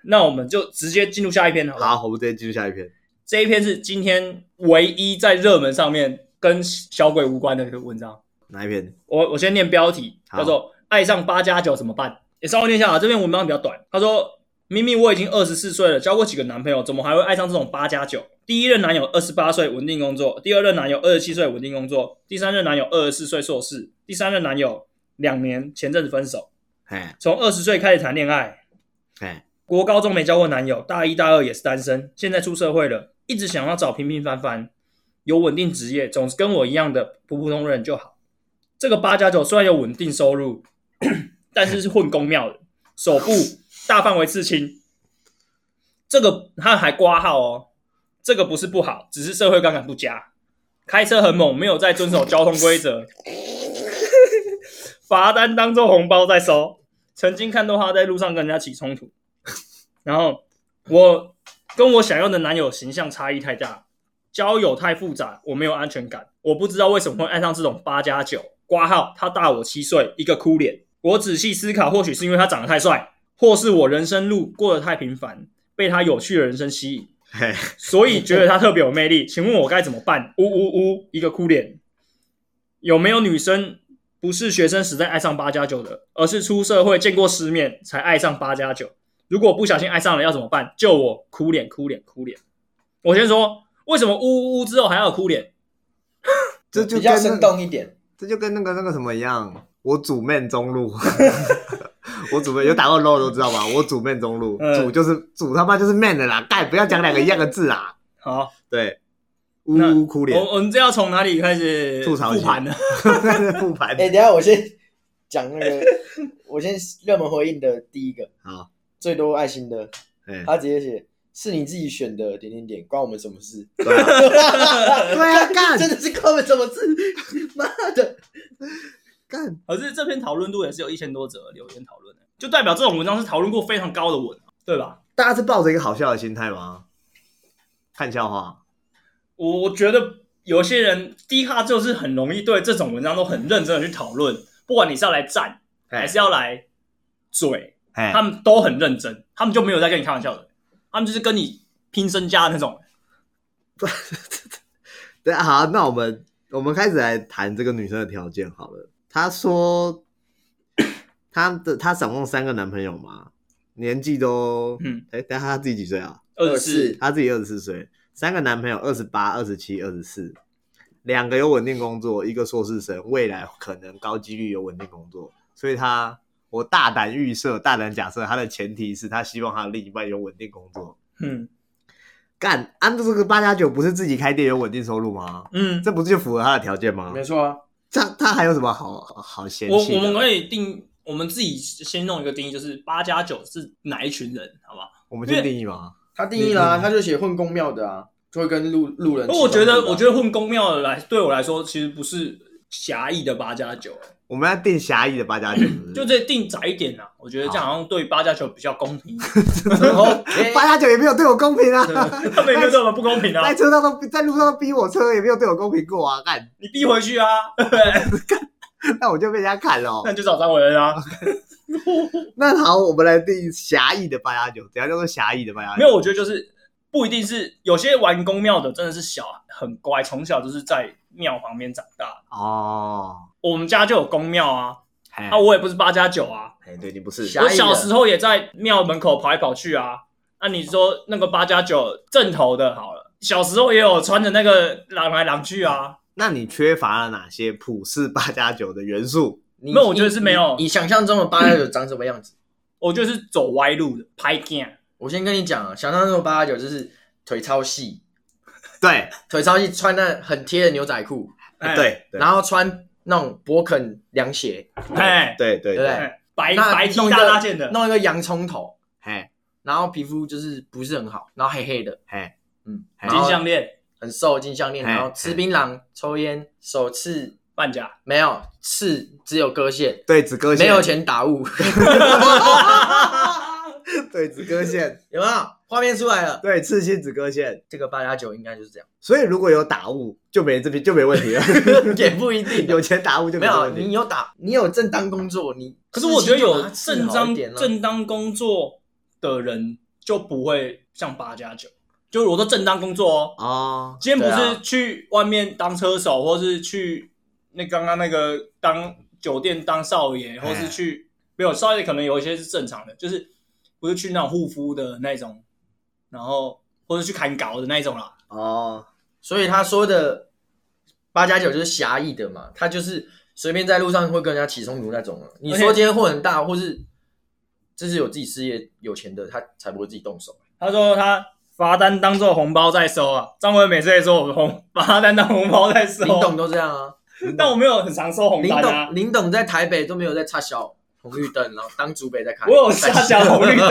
Speaker 1: 那我们就直接进入下一篇好了。
Speaker 4: 好，我们直接进入下一篇。
Speaker 1: 这一篇是今天唯一在热门上面跟小鬼无关的一个文章。
Speaker 4: 哪一篇？
Speaker 1: 我我先念标题，
Speaker 4: 好
Speaker 1: 叫做“爱上八加九怎么办”，也稍微念一下啊。这篇文章比较短，他说：“明明我已经二十四岁了，交过几个男朋友，怎么还会爱上这种八加九？第一任男友二十八岁稳定工作，第二任男友二十七岁稳定工作，第三任男友二十四岁硕士，第三任男友两年前阵子分手，
Speaker 4: 嘿，
Speaker 1: 从二十岁开始谈恋爱，
Speaker 4: 嘿，
Speaker 1: 国高中没交过男友，大一大二也是单身，现在出社会了，一直想要找平平凡凡、有稳定职业，总是跟我一样的普普通人就好。这个八加九虽然有稳定收入， 但是是混公庙的，手部大范围刺青，这个他还挂号哦，这个不是不好，只是社会杠杆不佳，开车很猛，没有在遵守交通规则， 罚单当做红包在收，曾经看到他在路上跟人家起冲突。然后我跟我想要的男友形象差异太大，交友太复杂，我没有安全感。我不知道为什么会爱上这种八加九挂号，他大我七岁，一个哭脸。我仔细思考，或许是因为他长得太帅，或是我人生路过得太平凡，被他有趣的人生吸引，
Speaker 4: 嘿，
Speaker 1: 所以觉得他特别有魅力。请问我该怎么办？呜呜呜，一个哭脸。有没有女生不是学生时代爱上八加九的，而是出社会见过世面才爱上八加九？如果不小心爱上了，要怎么办？救我！哭脸，哭脸，哭脸。我先说，为什么呜呜呜之后还要有哭脸？
Speaker 4: 这就
Speaker 3: 比较
Speaker 4: 跟那
Speaker 3: 生，动一点，
Speaker 4: 这就跟那个那个什么一样。我主面中路， 我主面有打过 low 都知道吧？我主面中路，
Speaker 1: 嗯
Speaker 4: 主就是主他妈就是 man 的啦，干不要讲两个一样的字啊！
Speaker 1: 好，
Speaker 4: 对，呜
Speaker 1: 那哦
Speaker 4: 呜哭脸，
Speaker 1: 我我们这要从哪里开始
Speaker 4: 吐槽一
Speaker 1: 复
Speaker 4: 下
Speaker 1: 盘呢？
Speaker 4: 复盘
Speaker 3: 哎、等一下我先讲那个，我先热门回应的第一个，
Speaker 4: 好，
Speaker 3: 最多爱心的，
Speaker 4: 哎
Speaker 3: 他直接写是你自己选的，点点点，关我们什么事？
Speaker 4: 对啊对啊，
Speaker 3: 真
Speaker 4: 干
Speaker 3: 的是关我们什么事？ 妈的！
Speaker 4: 干，
Speaker 1: 可是这篇讨论度也是有一千多则留言讨论的，就代表这种文章是讨论过非常高的文，对吧？
Speaker 4: 大家是抱着一个好笑的心态吗？看笑话，
Speaker 1: 我我觉得有些人低咖就是很容易对这种文章都很认真的去讨论，不管你是要来赞
Speaker 4: 哎
Speaker 1: 还是要来嘴，
Speaker 4: 哎
Speaker 1: 他们都很认真，他们就没有在跟你开玩笑的，他们就是跟你拼身家的那种。
Speaker 4: 对，好，那我们我们开始来谈这个女生的条件好了。她说，她的她总共三个男朋友嘛，年纪都，
Speaker 1: 嗯，
Speaker 4: 哎、等一下她自己几岁啊？
Speaker 1: 二十四，
Speaker 4: 她自己二十四岁，三个男朋友二十八、二十七、二十四，两个有稳定工作，一个硕士生，未来可能高几率有稳定工作，所以她，我大胆预设、大胆假设，她的前提是她希望她的另一半有稳定工作。
Speaker 1: 嗯
Speaker 4: 干，按照这个八加九，不是自己开店有稳定收入吗？
Speaker 1: 嗯，
Speaker 4: 这不是就符合他的条件吗？
Speaker 3: 错啊，
Speaker 4: 他他还有什么好好嫌
Speaker 1: 我
Speaker 4: 弃
Speaker 1: 我
Speaker 4: 的？啊
Speaker 1: 们可以定，我们自己先弄一个定义，就是八加九是哪一群人，好吧？
Speaker 4: 我们先定义嘛。
Speaker 3: 他定义啦、他就写混公庙的啊，就会跟路路人。
Speaker 1: 不过我觉得，我觉得混公庙的来对我来说，其实不是狭义的八加九，
Speaker 4: 我们要定狭义的八加九，是不是
Speaker 1: 就这定窄一点啊，我觉得这样好像对八加九比较公 平一点，
Speaker 3: 然后哎
Speaker 4: 八加九也没有对我公平啊，
Speaker 1: 他们也没有对我们不公平啊
Speaker 4: 在，车上都在路上都逼我车，也没有对我公平过啊，干，
Speaker 1: 你逼回去啊，对不对？
Speaker 4: 那我就被人家砍了哦。
Speaker 1: 那你就找张伟恩 啊。
Speaker 4: 那好，我们来定狭义的八加九，怎样叫做狭义的八加九？
Speaker 1: 没有，我觉得就是不一定是有些玩公庙的真的是小很乖，从小就是在庙旁边长大的。
Speaker 4: 哦，
Speaker 1: 我们家就有公庙啊，
Speaker 4: 哎
Speaker 1: 啊，我也不是八加九啊，
Speaker 4: 哎，对你不是
Speaker 3: 狭
Speaker 1: 我
Speaker 3: 义的
Speaker 1: 小时候也在庙门口跑来跑去啊。那、你说那个八加九正头的好了，小时候也有穿着那个狼来狼去啊，
Speaker 4: 那你缺乏了哪些普世八加九的元素？
Speaker 3: 你
Speaker 1: 没有我觉得是没有
Speaker 3: 你你想象中的八加九长什么样子？
Speaker 1: 我就是走歪路的，拍 g
Speaker 3: 我先跟你讲啊，想象中的八加九就是腿超细，
Speaker 4: 对
Speaker 3: 腿超细，穿那很贴的牛仔裤，
Speaker 1: 哎，
Speaker 4: 对对
Speaker 3: 然后穿那种勃肯凉鞋，
Speaker 1: 哎，
Speaker 4: 对对
Speaker 3: 对不
Speaker 4: 对，
Speaker 3: 对？
Speaker 1: 哎白
Speaker 3: 那
Speaker 1: 白 T
Speaker 3: 弄一
Speaker 1: 大
Speaker 3: 个
Speaker 1: 拉件的，
Speaker 3: 弄一个洋葱头，
Speaker 4: 哎
Speaker 3: 然后皮肤就是不是很好，然后黑黑的，
Speaker 4: 哎，
Speaker 3: 嗯，
Speaker 4: 嘿
Speaker 1: 金
Speaker 3: 然后
Speaker 1: 项链、哎
Speaker 3: 很瘦，金项链，
Speaker 4: 嘿
Speaker 3: 然后吃槟榔、抽烟，手刺
Speaker 1: 半 甲，
Speaker 3: 没有刺，只有割线，
Speaker 4: 对子割线
Speaker 3: 没有，钱打雾，
Speaker 4: 对子割线，
Speaker 3: 有没有？画面出来了，
Speaker 4: 对刺青子割线。
Speaker 3: 这个八加九应该就是这样，
Speaker 4: 所以如果有打雾，就没这边就没问题了。
Speaker 3: 也不一 定啊
Speaker 4: 有钱打雾就
Speaker 3: 没
Speaker 4: 没这
Speaker 3: 有，
Speaker 4: 问题。
Speaker 3: 你有打，你有正当工作，你
Speaker 1: 可是我觉得
Speaker 3: 事情就
Speaker 1: 有
Speaker 3: 把它治
Speaker 1: 正
Speaker 3: 好一
Speaker 1: 当
Speaker 3: 点啊
Speaker 1: 正当工作的人就不会像八加九，就是我说正当工作哦，
Speaker 4: 哦，
Speaker 1: 今天不
Speaker 3: 啊对
Speaker 1: 是
Speaker 3: 啊
Speaker 1: 去外面当车手，或是去那刚刚那个当酒店当少
Speaker 3: 哎
Speaker 1: 爷，或是去没有少爷可能有一些是正常的，就是不是去那种护肤的那种，然后或者去砍稿的那种啦。
Speaker 4: 哦，
Speaker 3: 所以他说的八加九就是狭义的嘛，他就是随便在路上会跟人家起冲突那种啊。你说今天混很大，或是这是有自己事业有钱的，他才不会自己动手。
Speaker 1: 他说他罚单当做红包在收啊，张文每次也说我们红罚单当红包在收
Speaker 3: 林，董都这样啊，
Speaker 1: 但我没有很常收红
Speaker 3: 林
Speaker 1: 单啊
Speaker 3: 董，林董在台北都没有在插小红绿灯，然后当主北在 看。
Speaker 1: 我有插小红绿灯，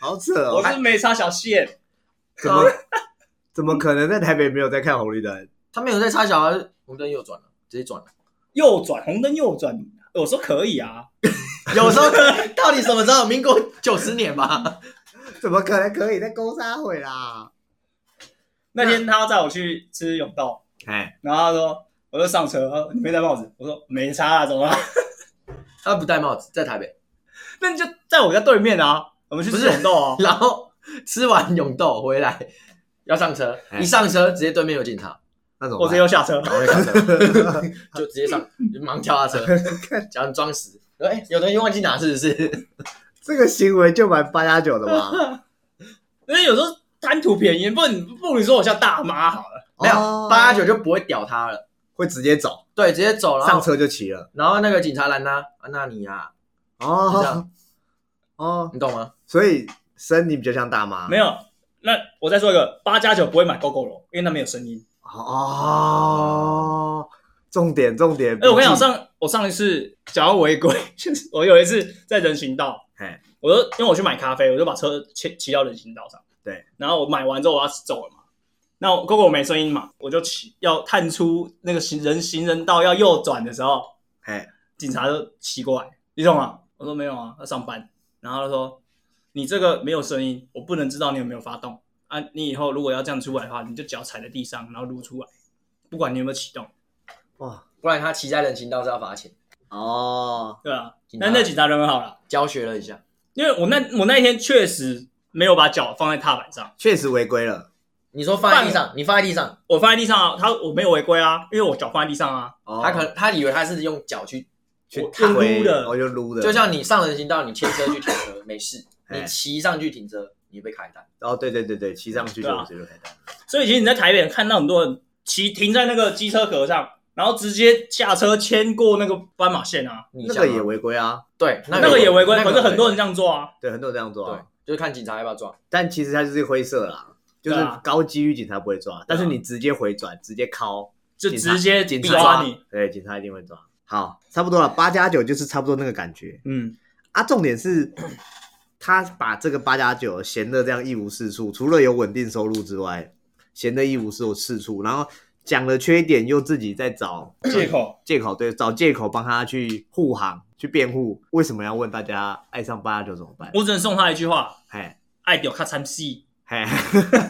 Speaker 4: 好扯
Speaker 1: 我
Speaker 4: 哦，
Speaker 1: 是没插小线，
Speaker 4: 怎么怎么可能在台北没有在看红绿灯？
Speaker 3: 他没有在插小啊红灯右转了，直接转啊了。
Speaker 1: 右转红灯右转，我说可以啊，
Speaker 3: 有时候到底什么时候？民国九十年吧。
Speaker 4: 怎么可能可以在勾杀会啦？
Speaker 1: 那天他载我去吃永道，
Speaker 4: 哎，
Speaker 1: 然后他说，我就上车，哦他说你没戴帽子，我说没擦啊，怎么了？
Speaker 3: 他不戴帽子，在台北，
Speaker 1: 那你就在我家对面啊，我们去
Speaker 3: 不
Speaker 1: 吃
Speaker 3: 是
Speaker 1: 永道啊。
Speaker 3: 然后吃完永豆回来要上车，
Speaker 4: 哎哦
Speaker 3: 一上车直接对面有警察，
Speaker 4: 那怎么
Speaker 1: 我直接
Speaker 4: 办？
Speaker 1: 又下车，
Speaker 3: 然后就上车， 就直接上，就忙跳下车，假装装死。哎、有东西忘记拿是不是？
Speaker 4: 这个行为就蛮八加九的吧？
Speaker 1: 因为有时候贪图便宜，不然不如你说我像大妈好了。
Speaker 3: 没有
Speaker 4: 哦
Speaker 3: 八加九就不会屌他了，
Speaker 4: 会直接走，
Speaker 3: 对，直接走，然
Speaker 4: 上
Speaker 3: 后
Speaker 4: 车就骑了。
Speaker 3: 然后那个警察拦他，啊，那你呀、就这
Speaker 4: 哦
Speaker 3: 样
Speaker 4: 哦，
Speaker 3: 你懂吗？
Speaker 4: 所以森你比较像大
Speaker 3: 啊
Speaker 4: 妈，
Speaker 1: 没
Speaker 4: 有
Speaker 1: 有，那我再说一个，八加九不会买 GoGo 罗，因为那没有声音。
Speaker 4: 哦。重点重点，
Speaker 1: 哎，我跟你讲，
Speaker 4: 笔记
Speaker 1: 上我上一次想要违规，就是我有一次在人行道
Speaker 4: 嘿，
Speaker 1: 我就因为我去买咖啡，我就把车骑骑到人行道上。
Speaker 4: 对，
Speaker 1: 然后我买完之后我要走了嘛，那我 GoGo 没声音嘛，我就骑要探出那个行人行人道要右转的时候，
Speaker 4: 哎，
Speaker 1: 警察就骑过来，你懂吗？我说没有啊，他上班。然后他说你这个没有声音，我不能知道你有没有发动啊。你以后如果要这样出来的话，你就脚踩在地上，然后撸出来，不管你有没有启动，
Speaker 4: 哇
Speaker 3: 不然他骑在人行道是要罚钱。
Speaker 4: 哦，
Speaker 1: 对啊。
Speaker 3: 警察
Speaker 1: 但那警察人很好啦，
Speaker 3: 教学了一下，
Speaker 1: 因为我那我那一天确实没有把脚放在踏板上，
Speaker 4: 确实违规了
Speaker 3: 你说放在地上，你放在地上，
Speaker 1: 我放在地上啊，他我没有违规啊，因为我脚放在地上啊。
Speaker 4: 哦，
Speaker 3: 他可能他以为他是用脚去，
Speaker 4: 去
Speaker 1: 我
Speaker 4: 推
Speaker 1: 用撸的
Speaker 4: 哦，就撸的，
Speaker 3: 就像你上人行道，你牵车去停车没事，
Speaker 4: 哎
Speaker 3: 你骑上去停车，你被开单。
Speaker 4: 哦，对对对对，骑上去就
Speaker 1: 对啊
Speaker 4: 直接开单，
Speaker 1: 所以其实你在台北看到很多人骑停在那个机车壳上，然后直接下车牵过那个斑马线啊，
Speaker 3: 你
Speaker 4: 那
Speaker 3: 想
Speaker 4: 个
Speaker 3: 啊
Speaker 4: 也违规啊，
Speaker 3: 对，
Speaker 1: 那个也违规，
Speaker 3: 那个
Speaker 1: 可是很多人这样做啊。
Speaker 4: 对，很多人这样做
Speaker 3: 对
Speaker 4: 啊，，
Speaker 3: 就是看警察要不要抓。
Speaker 4: 但其实它就是灰色啦，就是
Speaker 1: 对啊
Speaker 4: 高机遇警察不会抓，但是你直接回转，直接敲，
Speaker 1: 就直接
Speaker 4: 警察
Speaker 1: 抓你。
Speaker 4: 对，警察一定会抓。好，差不多了，八加九就是差不多那个感觉
Speaker 1: 嗯，
Speaker 4: 啊。重点是，他把这个八加九闲的这样一无是处，除了有稳定收入之外，闲的一无是处，然后讲了缺点，又自己 在找
Speaker 1: 借口，
Speaker 4: 借口，对，找借口帮他去护航、去辩护。为什么要问大家爱上八加九怎么办？
Speaker 1: 我只能送他一句话：
Speaker 4: 嘿，
Speaker 1: 爱屌卡参戏。
Speaker 4: 嘿，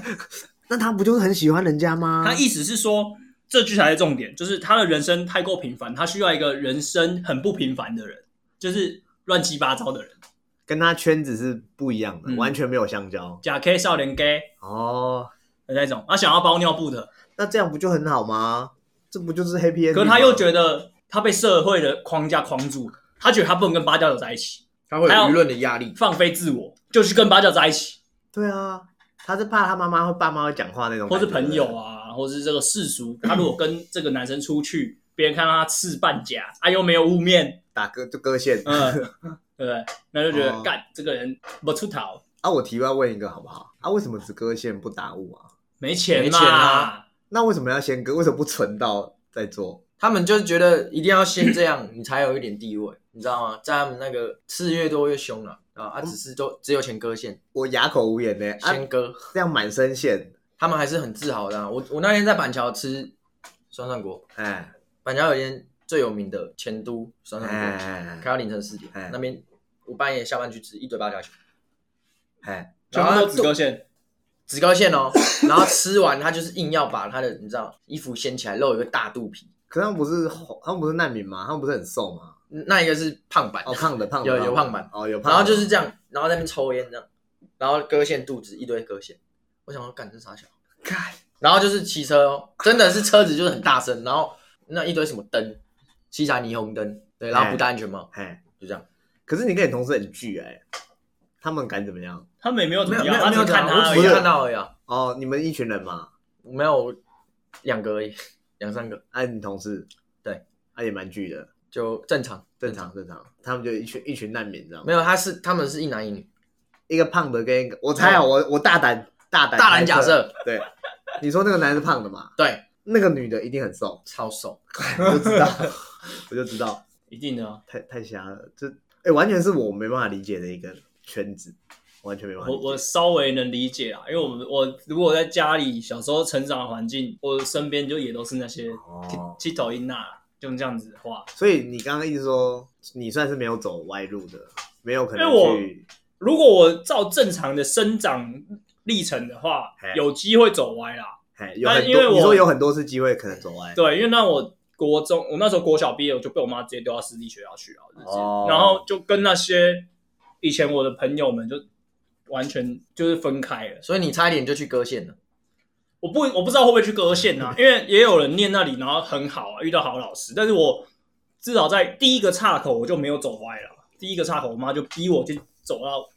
Speaker 4: 那他不就是很喜欢人家吗？
Speaker 1: 他意思是说，这句才是重点，就是他的人生太过平凡，他需要一个人生很不平凡的人，就是乱七八糟的人。
Speaker 4: 跟他圈子是不一样的，
Speaker 1: 嗯
Speaker 4: 完全没有相交
Speaker 1: 假 K 少年 gay
Speaker 4: 哦。
Speaker 1: 的那种，他想要包尿布的，
Speaker 4: 那这样不就很好吗？这不就是 happy
Speaker 3: 哎
Speaker 4: ending？
Speaker 1: 可是他又
Speaker 4: 得
Speaker 1: 觉得他被社会的框架框住，他觉得他不能跟八加九在一起，
Speaker 3: 他会有
Speaker 1: 还有
Speaker 3: 舆论的压力。
Speaker 1: 放飞自我，就去跟八加九在一起，
Speaker 4: 对啊，他是怕他妈妈会爸妈会讲话那种，
Speaker 1: 或是朋友。啊，或是这个世俗，他如果跟这个男生出去，别人看到他刺半甲，啊又没有污面，
Speaker 4: 打割就割线。
Speaker 1: 嗯，对不对？那就觉得
Speaker 4: 哦
Speaker 1: 干这个人不出头，
Speaker 4: 啊，我题外问一个好不好？啊，为什么只割线不打雾啊？
Speaker 1: 没钱
Speaker 3: 没
Speaker 1: 嘛，
Speaker 3: 钱啊
Speaker 4: 那为什么要先割？为什么不存到再做？
Speaker 3: 他们就觉得一定要先这样，你才有一点地位，你知道吗？在他们那个是越多越凶了啊！啊，只是都只有钱割线，
Speaker 4: 我哑口无言呢、啊，
Speaker 3: 先割，
Speaker 4: 这样满身线，
Speaker 3: 他们还是很自豪的啊、我我那天在板桥吃酸涮锅，
Speaker 4: 哎
Speaker 3: 板桥有一间最有名的前都酸
Speaker 4: 哎
Speaker 3: 涮锅，
Speaker 4: 哎
Speaker 3: 开到凌晨四点
Speaker 4: 哎，
Speaker 3: 那边我半夜下班去吃一堆八角球，
Speaker 4: 哎，
Speaker 1: 全部都只割线，
Speaker 3: 紫高线哦，然后吃完他就是硬要把他的你知道衣服掀起来，露一个大肚皮，
Speaker 4: 可他们不是他们不是难民吗？他们不是很瘦吗？
Speaker 3: 那一个是胖版
Speaker 4: 哦，，胖的胖的，
Speaker 3: 有
Speaker 4: 的
Speaker 3: 有胖版
Speaker 4: 哦有胖的，
Speaker 3: 然后就是这样，然后在那边抽烟这样，然后割线肚子一堆割线，我想说干这傻小，
Speaker 4: 干
Speaker 3: 然后就是骑车哦，真的是车子就是很大声，然后那一堆什么灯，七彩霓虹灯，对，然后不戴安全帽，
Speaker 4: 哎，
Speaker 3: 就这样，
Speaker 4: 可是你跟你同事很聚哎、他们敢怎么样？
Speaker 1: 他们也没有怎
Speaker 3: 没
Speaker 1: 么
Speaker 3: 有没
Speaker 1: 样，他
Speaker 3: 有没
Speaker 1: 只
Speaker 3: 有
Speaker 1: 是看
Speaker 3: 怎样
Speaker 1: 他而
Speaker 3: 我只
Speaker 1: 已
Speaker 3: 是
Speaker 1: 啊。
Speaker 3: 看到而已啊，
Speaker 4: 哦，你们一群人嘛，
Speaker 3: 没有两个而已，两三个
Speaker 4: 啊，你同事
Speaker 3: 对，
Speaker 4: 啊也蛮聚的，
Speaker 3: 就正常
Speaker 4: 正常正常，他们就一群一群难民，知道吗？
Speaker 3: 没有，他是他们是一男一女，
Speaker 4: 一个胖的跟一个，我猜啊，我我大胆大胆
Speaker 3: 嗯大
Speaker 4: 猜
Speaker 3: 胆假
Speaker 4: 测，
Speaker 3: 设，
Speaker 4: 对，你说那个男的是胖的嘛，
Speaker 3: 对，
Speaker 4: 那个女的一定很瘦，
Speaker 3: 超瘦，
Speaker 4: 我就知道， 我就知道，
Speaker 1: 一定的啊，
Speaker 4: 太太瞎了，这哎、完全是我没办法理解的一个圈子，完全没办法理
Speaker 1: 我
Speaker 4: 解。
Speaker 1: 我稍微能理解啊，因为我们我如果在家里小时候成长的环境，我身边就也都是那些
Speaker 4: 哦，
Speaker 1: 七头一那，就这样子的话。
Speaker 4: 所以你刚刚一直说你算是没有走歪路的，没有可能
Speaker 1: 因为我
Speaker 4: 去
Speaker 1: 如果我照正常的生长历程的话
Speaker 4: 嘿，
Speaker 1: 有机会走歪啦。
Speaker 4: 哎，有
Speaker 1: 但
Speaker 4: 很
Speaker 1: 因为
Speaker 4: 多
Speaker 1: 我
Speaker 4: 你说有很多次机会可能走歪，
Speaker 1: 对，因为那我国中，我那时候国小毕业，我就被我妈直接丢到私立学校去了，啊就是
Speaker 4: 哦
Speaker 1: 然后就跟那些以前我的朋友们就完全就是分开了。
Speaker 3: 所以你差一点就去割线了，
Speaker 1: 我不我不知道会不会去割线啊，因为也有人念那里，然后很好啊，遇到好老师。但是我至少在第一个岔口我就没有走歪了，第一个岔口我妈就逼我去走到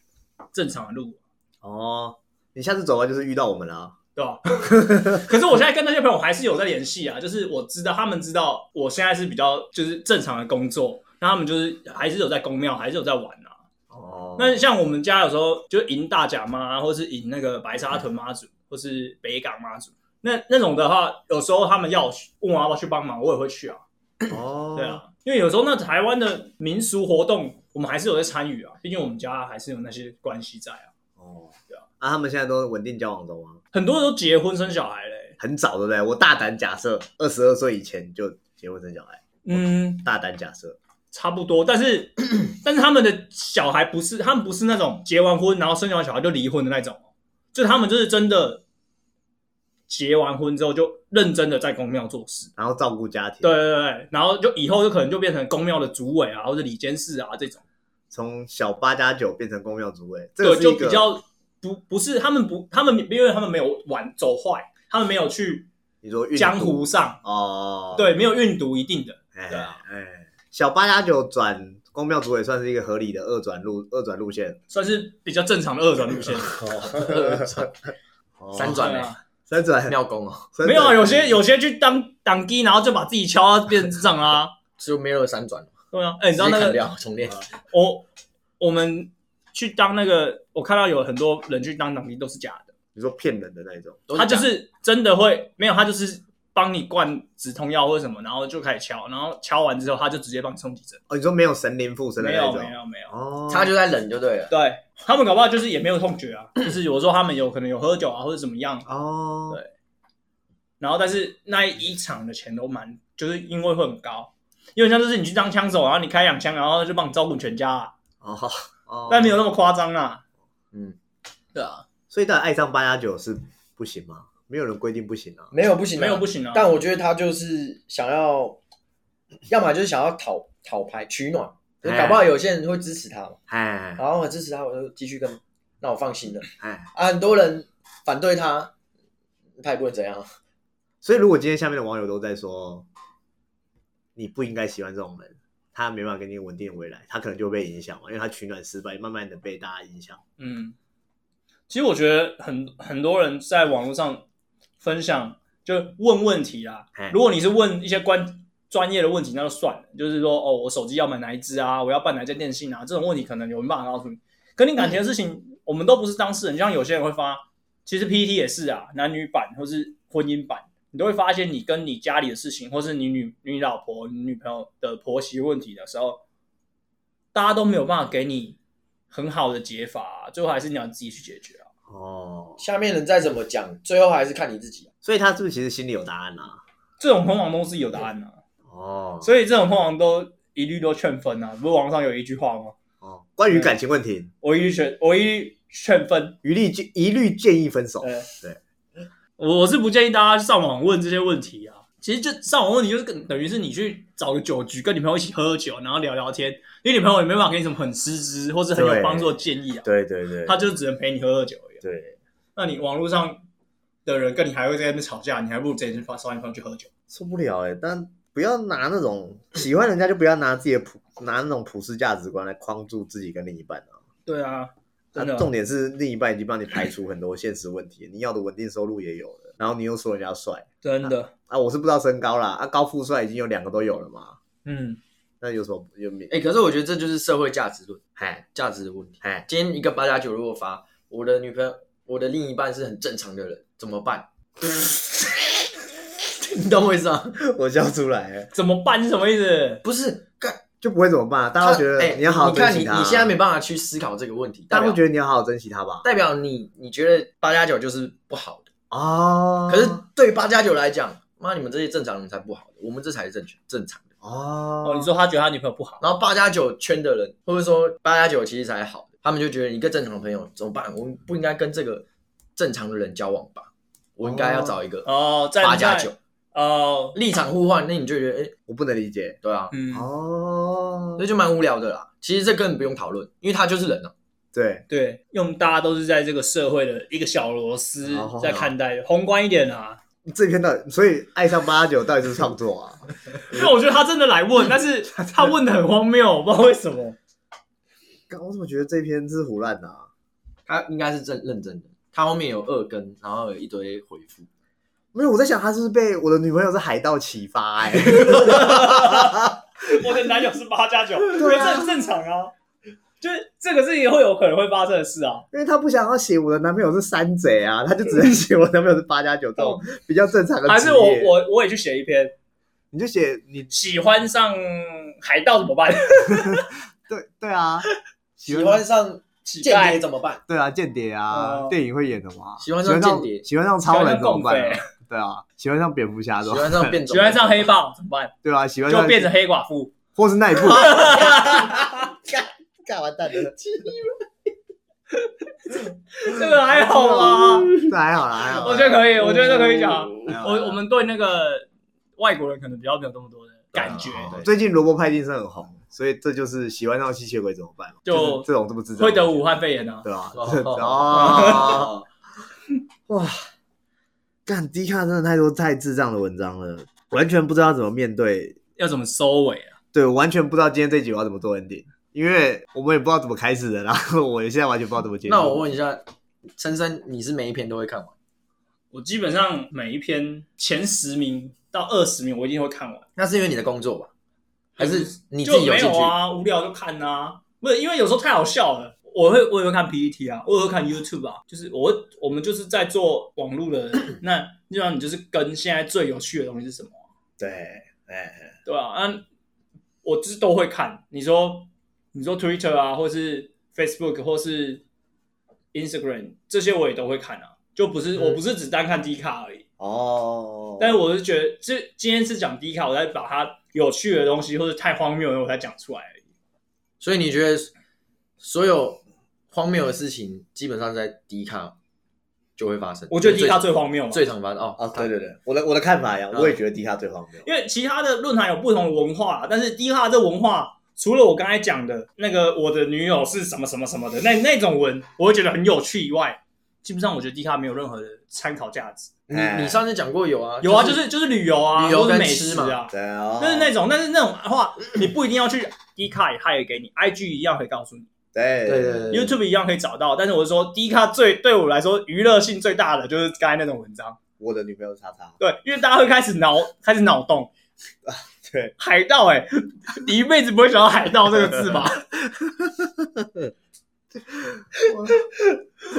Speaker 1: 正常的路，
Speaker 4: 哦，你下次走歪就是遇到我们了啊。
Speaker 1: 对吧？ 可是我现在跟那些朋友还是有在联系啊，就是我知道他们知道我现在是比较就是正常的工作，那他们就是还是有在公庙，还是有在玩啊。
Speaker 4: 哦，
Speaker 1: 那像我们家有时候就赢大甲妈，或是赢那个白沙屯妈祖，或是北港妈祖，那那种的话，有时候他们要我去问我要不要去帮忙，我也会去啊。
Speaker 4: 哦，
Speaker 1: 对，啊，因为有时候那台湾的民俗活动，我们还是有在参与啊，毕竟我们家还是有那些关系在啊。
Speaker 4: 哦，
Speaker 1: 对啊，
Speaker 4: 啊，他们现在都稳定交往中吗？
Speaker 1: 很多人都结婚生小孩嘞、
Speaker 4: 很早，对不对？我大胆假设，二十二岁以前就结婚生小孩，
Speaker 1: 嗯，
Speaker 4: 大胆假设，
Speaker 1: 差不多。但是 但是他们的小孩不是，他们不是那种结完婚然后生完小孩就离婚的那种哦，就他们就是真的结完婚之后就认真的在公庙做事。
Speaker 4: 然后照顾家庭，
Speaker 1: 对，对对对，然后就以后就可能就变成公庙的主委啊，或者里监事啊这种，
Speaker 4: 从小八加九变成公庙主委，这个
Speaker 1: 对，
Speaker 4: 是
Speaker 1: 就
Speaker 4: 一个
Speaker 1: 比较不不是他们不他们因为他们没有玩走坏，他们没有去
Speaker 4: 你说运
Speaker 1: 江
Speaker 4: 毒
Speaker 1: 湖上，
Speaker 4: 哦，
Speaker 1: 对，没有运毒一定的，
Speaker 4: 哎，
Speaker 1: 对啊
Speaker 4: 哎，小八加九转公庙主委算是一个合理的二转路二转路线，
Speaker 1: 算是比较正常的二转路 线。
Speaker 4: 哦
Speaker 3: 三转
Speaker 1: 对
Speaker 3: 嘞，
Speaker 1: 啊
Speaker 4: 三转
Speaker 3: 妙公哦，
Speaker 4: 三转
Speaker 1: 没有啊，有些有些去当党基，然后就把自己敲到变成智障啊，
Speaker 3: 就没有三转，
Speaker 1: 对啊，哎，你知道那
Speaker 3: 直接砍
Speaker 1: 个
Speaker 3: 掉重练，
Speaker 1: 我我们去当那个，我看到有很多人去当党基都是假的。
Speaker 4: 你说骗人的那种，
Speaker 3: 都
Speaker 1: 他就
Speaker 3: 假的
Speaker 1: 是真的会没有，他就是帮你灌止痛药或者什么，然后就开始敲，然后敲完之后他就直接帮你送急诊。
Speaker 4: 哦，你说没有神灵附身的
Speaker 1: 没
Speaker 4: 那
Speaker 1: 有
Speaker 4: 种
Speaker 1: 没，有没有，
Speaker 4: 哦，
Speaker 3: 他就在冷就对了。
Speaker 1: 对他们搞不好就是也没有痛觉啊，就是有时候他们有可能有喝酒啊或者怎么样，
Speaker 4: 哦，
Speaker 1: 对，然后但是那一场的钱都蛮，就是因为会很高，因为像就是你去当枪手，然后你开两枪，然后就帮你照顾你全家、啊，
Speaker 3: 哦，好
Speaker 4: 哦，
Speaker 1: 但没有那么夸张啊。
Speaker 3: 嗯，
Speaker 1: 对啊，
Speaker 4: 所以到底爱上八加九是不行吗？没有人规定不行啊。
Speaker 3: 没有不行啊，
Speaker 1: 没有不行啊。
Speaker 3: 但我觉得他就是想要，要么就是想要讨讨牌取暖，可
Speaker 1: 哎
Speaker 3: 是搞不好有些人会支持他嘛，
Speaker 4: 哎
Speaker 3: 然后很支持他，我就继续跟，那我放心了
Speaker 4: 哎，
Speaker 3: 啊。很多人反对他，他也不能怎样，啊
Speaker 4: 所以如果今天下面的网友都在说你不应该喜欢这种人，他没办法给你稳定的未来，他可能就会被影响嘛，因为他取暖失败，慢慢的被大家影响。
Speaker 1: 嗯，其实我觉得很很多人在网络上分享，就问问题啊啦
Speaker 4: 哎。
Speaker 1: 如果你是问一些关专业的问题，那就算了，就是说哦，我手机要买哪一支啊，我要办哪一家电信啊，这种问题可能有人办法告诉你。可你感情的事情，我们都不是当事人，就像有些人会发，其实 PT 也是啊，男女版或是婚姻版。你都会发现，你跟你家里的事情，或是你女你老婆、你女朋友的婆媳问题的时候，大家都没有办法给你很好的解法、啊最后还是你要自己去解决啊。
Speaker 4: 哦，
Speaker 3: 下面人再怎么讲，最后还是看你自己啊。
Speaker 4: 所以他是不是其实心里有答案啦、
Speaker 1: 这种通常都是有答案的、啊，
Speaker 4: 哦，
Speaker 1: 所以这种通常都一律都劝分啊。不是网上有一句话吗？
Speaker 4: 哦，关于感情问题，
Speaker 1: 我一律劝，我一律劝分。
Speaker 4: 一律建一律建议分手。
Speaker 1: 对
Speaker 4: 对，
Speaker 1: 我我是不建议大家上网问这些问题啊。其实就上网问题就是跟等于是你去找个酒局，跟你朋友一起喝喝酒，然后聊聊天。因为你朋友也没办法给你什么很实质或是很有
Speaker 4: 对
Speaker 1: 帮助的建议啊，
Speaker 4: 对对对
Speaker 1: 他就只能陪你喝喝酒而已啊。
Speaker 4: 对，
Speaker 1: 那你网络上的人跟你还会在那边吵架，你还不如直接去发烧烟房去喝酒。
Speaker 4: 受不了哎、但不要拿那种喜欢人家就不要拿自己的普拿那种普世价值观来框住自己跟另一半啊。
Speaker 1: 对啊，真
Speaker 3: 哦
Speaker 1: 的
Speaker 4: 啊重点是另一半已经帮你排除很多现实问题，你要的稳定收入也有了，然后你又说人家帅
Speaker 1: 真的，
Speaker 4: 啊，我是不知道身高啦，啊，高富帅已经有两个都有了嘛，
Speaker 1: 嗯，
Speaker 4: 那有什么有没？
Speaker 3: 哎、可是我觉得这就是社会价值论，
Speaker 4: 哎
Speaker 3: 价值的问题。
Speaker 4: 哎，
Speaker 3: 今天一个八加九如果发我的女朋友，我的另一半是很正常的人，怎么办？ 你懂我意思吗？
Speaker 4: 我笑出来了，
Speaker 1: 怎么办？是什么意思？
Speaker 3: 不是，干，
Speaker 4: 就不会怎么办？啊大家
Speaker 3: 他
Speaker 4: 会觉
Speaker 3: 哎
Speaker 4: 得要好好
Speaker 3: 你看
Speaker 4: 珍
Speaker 3: 你，
Speaker 4: 惜他。
Speaker 3: 你现在没办法去思考这个问题，
Speaker 4: 大家
Speaker 3: 代表
Speaker 4: 会觉得你要好好珍惜他吧？
Speaker 3: 代表你你觉得八加九就是不好的，
Speaker 4: 哦，
Speaker 3: 可是对八加九来讲，妈你们这些正常人才不好的，我们这才是正确正常的。
Speaker 4: 哦，
Speaker 1: 哦，你说他觉得他女朋友不好，
Speaker 3: 然后八加九圈的人，或者说八加九其实才好的，他们就觉得一个正常的朋友怎么办？我们不应该跟这个正常的人交往吧？我应该要找一个
Speaker 1: 哦，在
Speaker 3: 八加九，
Speaker 1: 哦，
Speaker 3: 立场互换，那你就觉得哎、
Speaker 4: 我不能理解
Speaker 3: 对啊，
Speaker 1: 嗯，
Speaker 4: 哦
Speaker 3: 那，就蛮无聊的啦。其实这根本不用讨论，因为他就是人啊。
Speaker 4: 对，
Speaker 1: 对，用大家都是在这个社会的一个小螺丝
Speaker 4: 好好好
Speaker 1: 在看待，宏观一点啊。
Speaker 4: 这篇到底，所以爱上八九到底是创作啊？
Speaker 1: 因为我觉得他真的来问，但是他问的很荒谬，我不知道为什么。
Speaker 4: 干我怎么觉得这篇是胡乱的啊？
Speaker 3: 他应该是真认真的，他后面有二更，然后有一堆回复。
Speaker 4: 没有，我在想他是不是被我的女朋友是海盗启发哎、
Speaker 1: 我的男友是八加九，因为这很正常啊，就是这个是以后有可能会发生的事啊。
Speaker 4: 因为他不想要写我的男朋友是山贼啊，他就只能写我男朋友是八加九这种比较正常的职业。
Speaker 1: 嗯还是我我我也去写一篇，
Speaker 4: 你就写你
Speaker 1: 喜欢上海盗怎么 办？
Speaker 4: 对对啊，
Speaker 3: 喜欢上
Speaker 1: 乞
Speaker 3: 间谍
Speaker 1: 丐
Speaker 3: 怎么办？
Speaker 4: 对啊，间谍啊，
Speaker 1: 哦
Speaker 4: 电影会演的嘛。
Speaker 3: 喜欢上间谍
Speaker 4: 喜欢上喜欢上超人
Speaker 1: 喜欢上
Speaker 4: 怎么办
Speaker 1: 共
Speaker 4: 啊
Speaker 1: 匪？
Speaker 4: 对啊，喜欢上蝙蝠侠怎
Speaker 3: 喜
Speaker 4: 么办？
Speaker 3: 欢上变种，
Speaker 1: 喜欢上黑豹怎么办？
Speaker 4: 对啊，喜欢上
Speaker 1: 就变成黑寡 妇。
Speaker 4: 或是 那一部。
Speaker 5: 干完蛋了，
Speaker 1: 这个还 好吧？
Speaker 4: 这还好啦，还好啦。
Speaker 1: 我觉得可以，我觉得这可以讲。
Speaker 4: 还好啦
Speaker 1: 我我们对那个外国人可能比较没有这么多的感觉，
Speaker 4: 哦对最近罗伯派丁森很红，所以这就是喜欢上吸血鬼怎么办嘛？
Speaker 1: 就是
Speaker 4: 这种这么智障，
Speaker 1: 会得武汉肺炎啊。
Speaker 4: 对 吧？
Speaker 3: 哦
Speaker 4: 这 哦，
Speaker 3: 哦，
Speaker 4: 哇，干迪卡真的太多太智障的文章了，完全不知道怎么面对。
Speaker 1: 要怎么收尾啊？
Speaker 4: 对，我完全不知道今天这集我要怎么做 ending，因为我们也不知道怎么开始的，然后 我现在完全不知道怎么结束。
Speaker 3: 那我问一下，珊珊，你是每一篇都会看完？
Speaker 1: 我基本上每一篇前十名到二十名，我一定会看完。
Speaker 3: 那是因为你的工作吧？还是你自
Speaker 1: 嗯就
Speaker 3: 己
Speaker 1: 没
Speaker 3: 兴
Speaker 1: 有
Speaker 3: 趣？
Speaker 1: 啊，无聊就看啊。不是因为有时候太好笑了，我会我也会看 PPT 啊，我也会看 YouTube 啊，就是我会我们就是在做网络的人， 那就让你就是跟现在最有趣的东西是什么啊、
Speaker 4: 对，哎，
Speaker 1: 对啊，啊，我就是都会看。你说，你说 Twitter 啊，或是 Facebook，或
Speaker 3: 嗯
Speaker 1: 是 Instagram，这些我也都会看啊。就不是，我不是只单看 D 卡而已，
Speaker 3: 哦，
Speaker 1: 但是我是觉得，这今天是讲低卡，我才把它有趣的东西或者太荒谬的我才讲出来而已。
Speaker 3: 所以你觉得所有荒谬的事情，基本上在迪卡就会发生？
Speaker 1: 我觉得低卡
Speaker 3: 最
Speaker 1: 最荒谬嘛，
Speaker 3: 最常发生哦。
Speaker 4: 啊，对对对，我的我的看法一样，
Speaker 3: 嗯
Speaker 4: 我也觉得迪卡最荒谬。
Speaker 1: 因为其他的论坛有不同的文化啦，但是低卡这文化，除了我刚才讲的那个我的女友是什么什么什么的那那种文，我会觉得很有趣以外，基本上我觉得低卡没有任何的参考价值。
Speaker 3: 你
Speaker 4: 哎
Speaker 3: 你上次讲过有啊，
Speaker 1: 有啊，就是就是旅游啊，
Speaker 3: 旅
Speaker 1: 或
Speaker 3: 游
Speaker 1: 是
Speaker 3: 跟
Speaker 1: 美
Speaker 3: 吃
Speaker 1: 食
Speaker 3: 嘛
Speaker 1: 啊，
Speaker 4: 对哦，
Speaker 1: 就是那种，但是那种的话，你不一定要去 D 卡也也给你，IG 一样可以告诉你
Speaker 4: 对
Speaker 3: 对对对对
Speaker 1: ，YouTube 一样可以找到。但是我是说，D 卡最对我来说娱乐性最大的就是刚才那种文章，
Speaker 4: 我的女朋友叉叉，
Speaker 1: 对，因为大家会开始脑开始脑洞，
Speaker 4: 对，
Speaker 1: 海盗哎、你一辈子不会想到海盗这个字吧？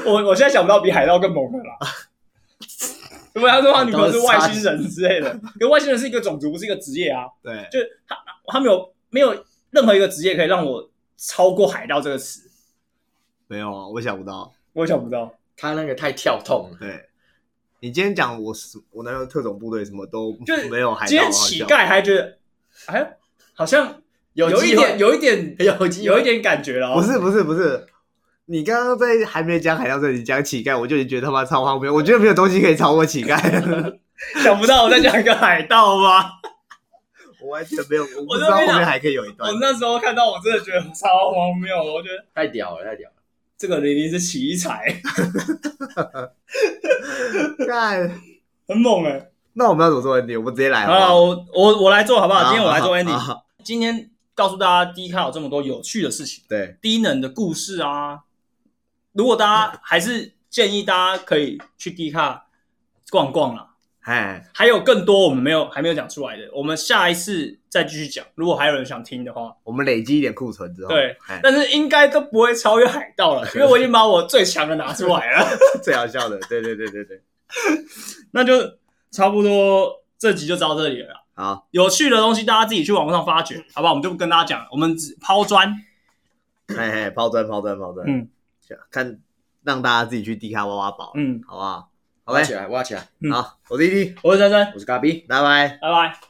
Speaker 1: 我我现在想不到比海盗更猛的啦。如果他说他女朋友是外星人之类的，因为外星人是一个种族，不是一个职业啊。
Speaker 2: 对，
Speaker 1: 就是他他没有没有任何一个职业可以让我超过海盗这个词，
Speaker 4: 没有啊，我想不到。
Speaker 1: 我也想不到。
Speaker 3: 他那个太跳痛了，
Speaker 4: 对，你今天讲我是我男朋友特种部队什么都
Speaker 1: 就是
Speaker 4: 没有海盗，
Speaker 1: 今天乞
Speaker 4: 好像，
Speaker 1: 丐还觉得，哎，好像有一
Speaker 3: 机
Speaker 1: 点
Speaker 3: 会
Speaker 1: 有一点
Speaker 3: 有机
Speaker 1: 有
Speaker 3: 会
Speaker 1: 一点感觉了、哦。
Speaker 4: 不是不是不是。你刚刚在还没讲海盗这里讲乞丐，我就已经觉得他妈超荒谬。我觉得没有东西可以超过乞丐，
Speaker 1: 想不到我在讲一个海盗吗？
Speaker 4: 我完全没有，我不
Speaker 1: 我
Speaker 4: 知
Speaker 1: 都
Speaker 4: 道后
Speaker 1: 没想
Speaker 4: 面还可以有一段
Speaker 1: 我。那时候看到我真的觉得超荒谬，我觉得
Speaker 3: 太屌了，太屌了。
Speaker 1: 这个人一定是奇才，
Speaker 4: 干，
Speaker 1: 很猛哎、
Speaker 4: 那我们要怎么做哎 Andy？我们直接来好
Speaker 1: 好
Speaker 4: 不
Speaker 1: 了，
Speaker 4: 好
Speaker 1: 我我我来做好不好？
Speaker 4: 好
Speaker 1: 今天我来做
Speaker 4: 好
Speaker 1: ending，
Speaker 4: 好
Speaker 1: 今天告诉大家 D 卡有这么多有趣的事情。
Speaker 4: 对，
Speaker 1: 低能的故事啊。如果大家还是建议大家可以去 D 卡逛逛啦，
Speaker 4: 哎，
Speaker 1: 还有更多我们没有还没有讲出来的，我们下一次再继续讲。如果还有人想听的话，
Speaker 4: 我们累积一点库存之后，
Speaker 1: 对
Speaker 4: 哎，
Speaker 1: 但是应该都不会超越海盗了，因为我已经把我最强的拿出来了。
Speaker 4: 最好笑的，对对对对对，
Speaker 1: 那就差不多这集就到这里了啦。
Speaker 4: 好，
Speaker 1: 有趣的东西大家自己去网络上发掘，好不好？我们就不跟大家讲了，我们只抛砖。
Speaker 4: 哎哎，抛砖抛砖抛砖，
Speaker 1: 嗯
Speaker 4: 看让大家自己去低咖挖挖宝，
Speaker 1: 嗯，
Speaker 4: 好不好？好
Speaker 3: 挖
Speaker 4: 嘞，
Speaker 3: 起来，挖起来！
Speaker 1: 嗯
Speaker 4: 好，我是 ED，
Speaker 1: 我是珊珊，
Speaker 3: 我是嘎比。
Speaker 4: 拜拜。
Speaker 1: 拜拜。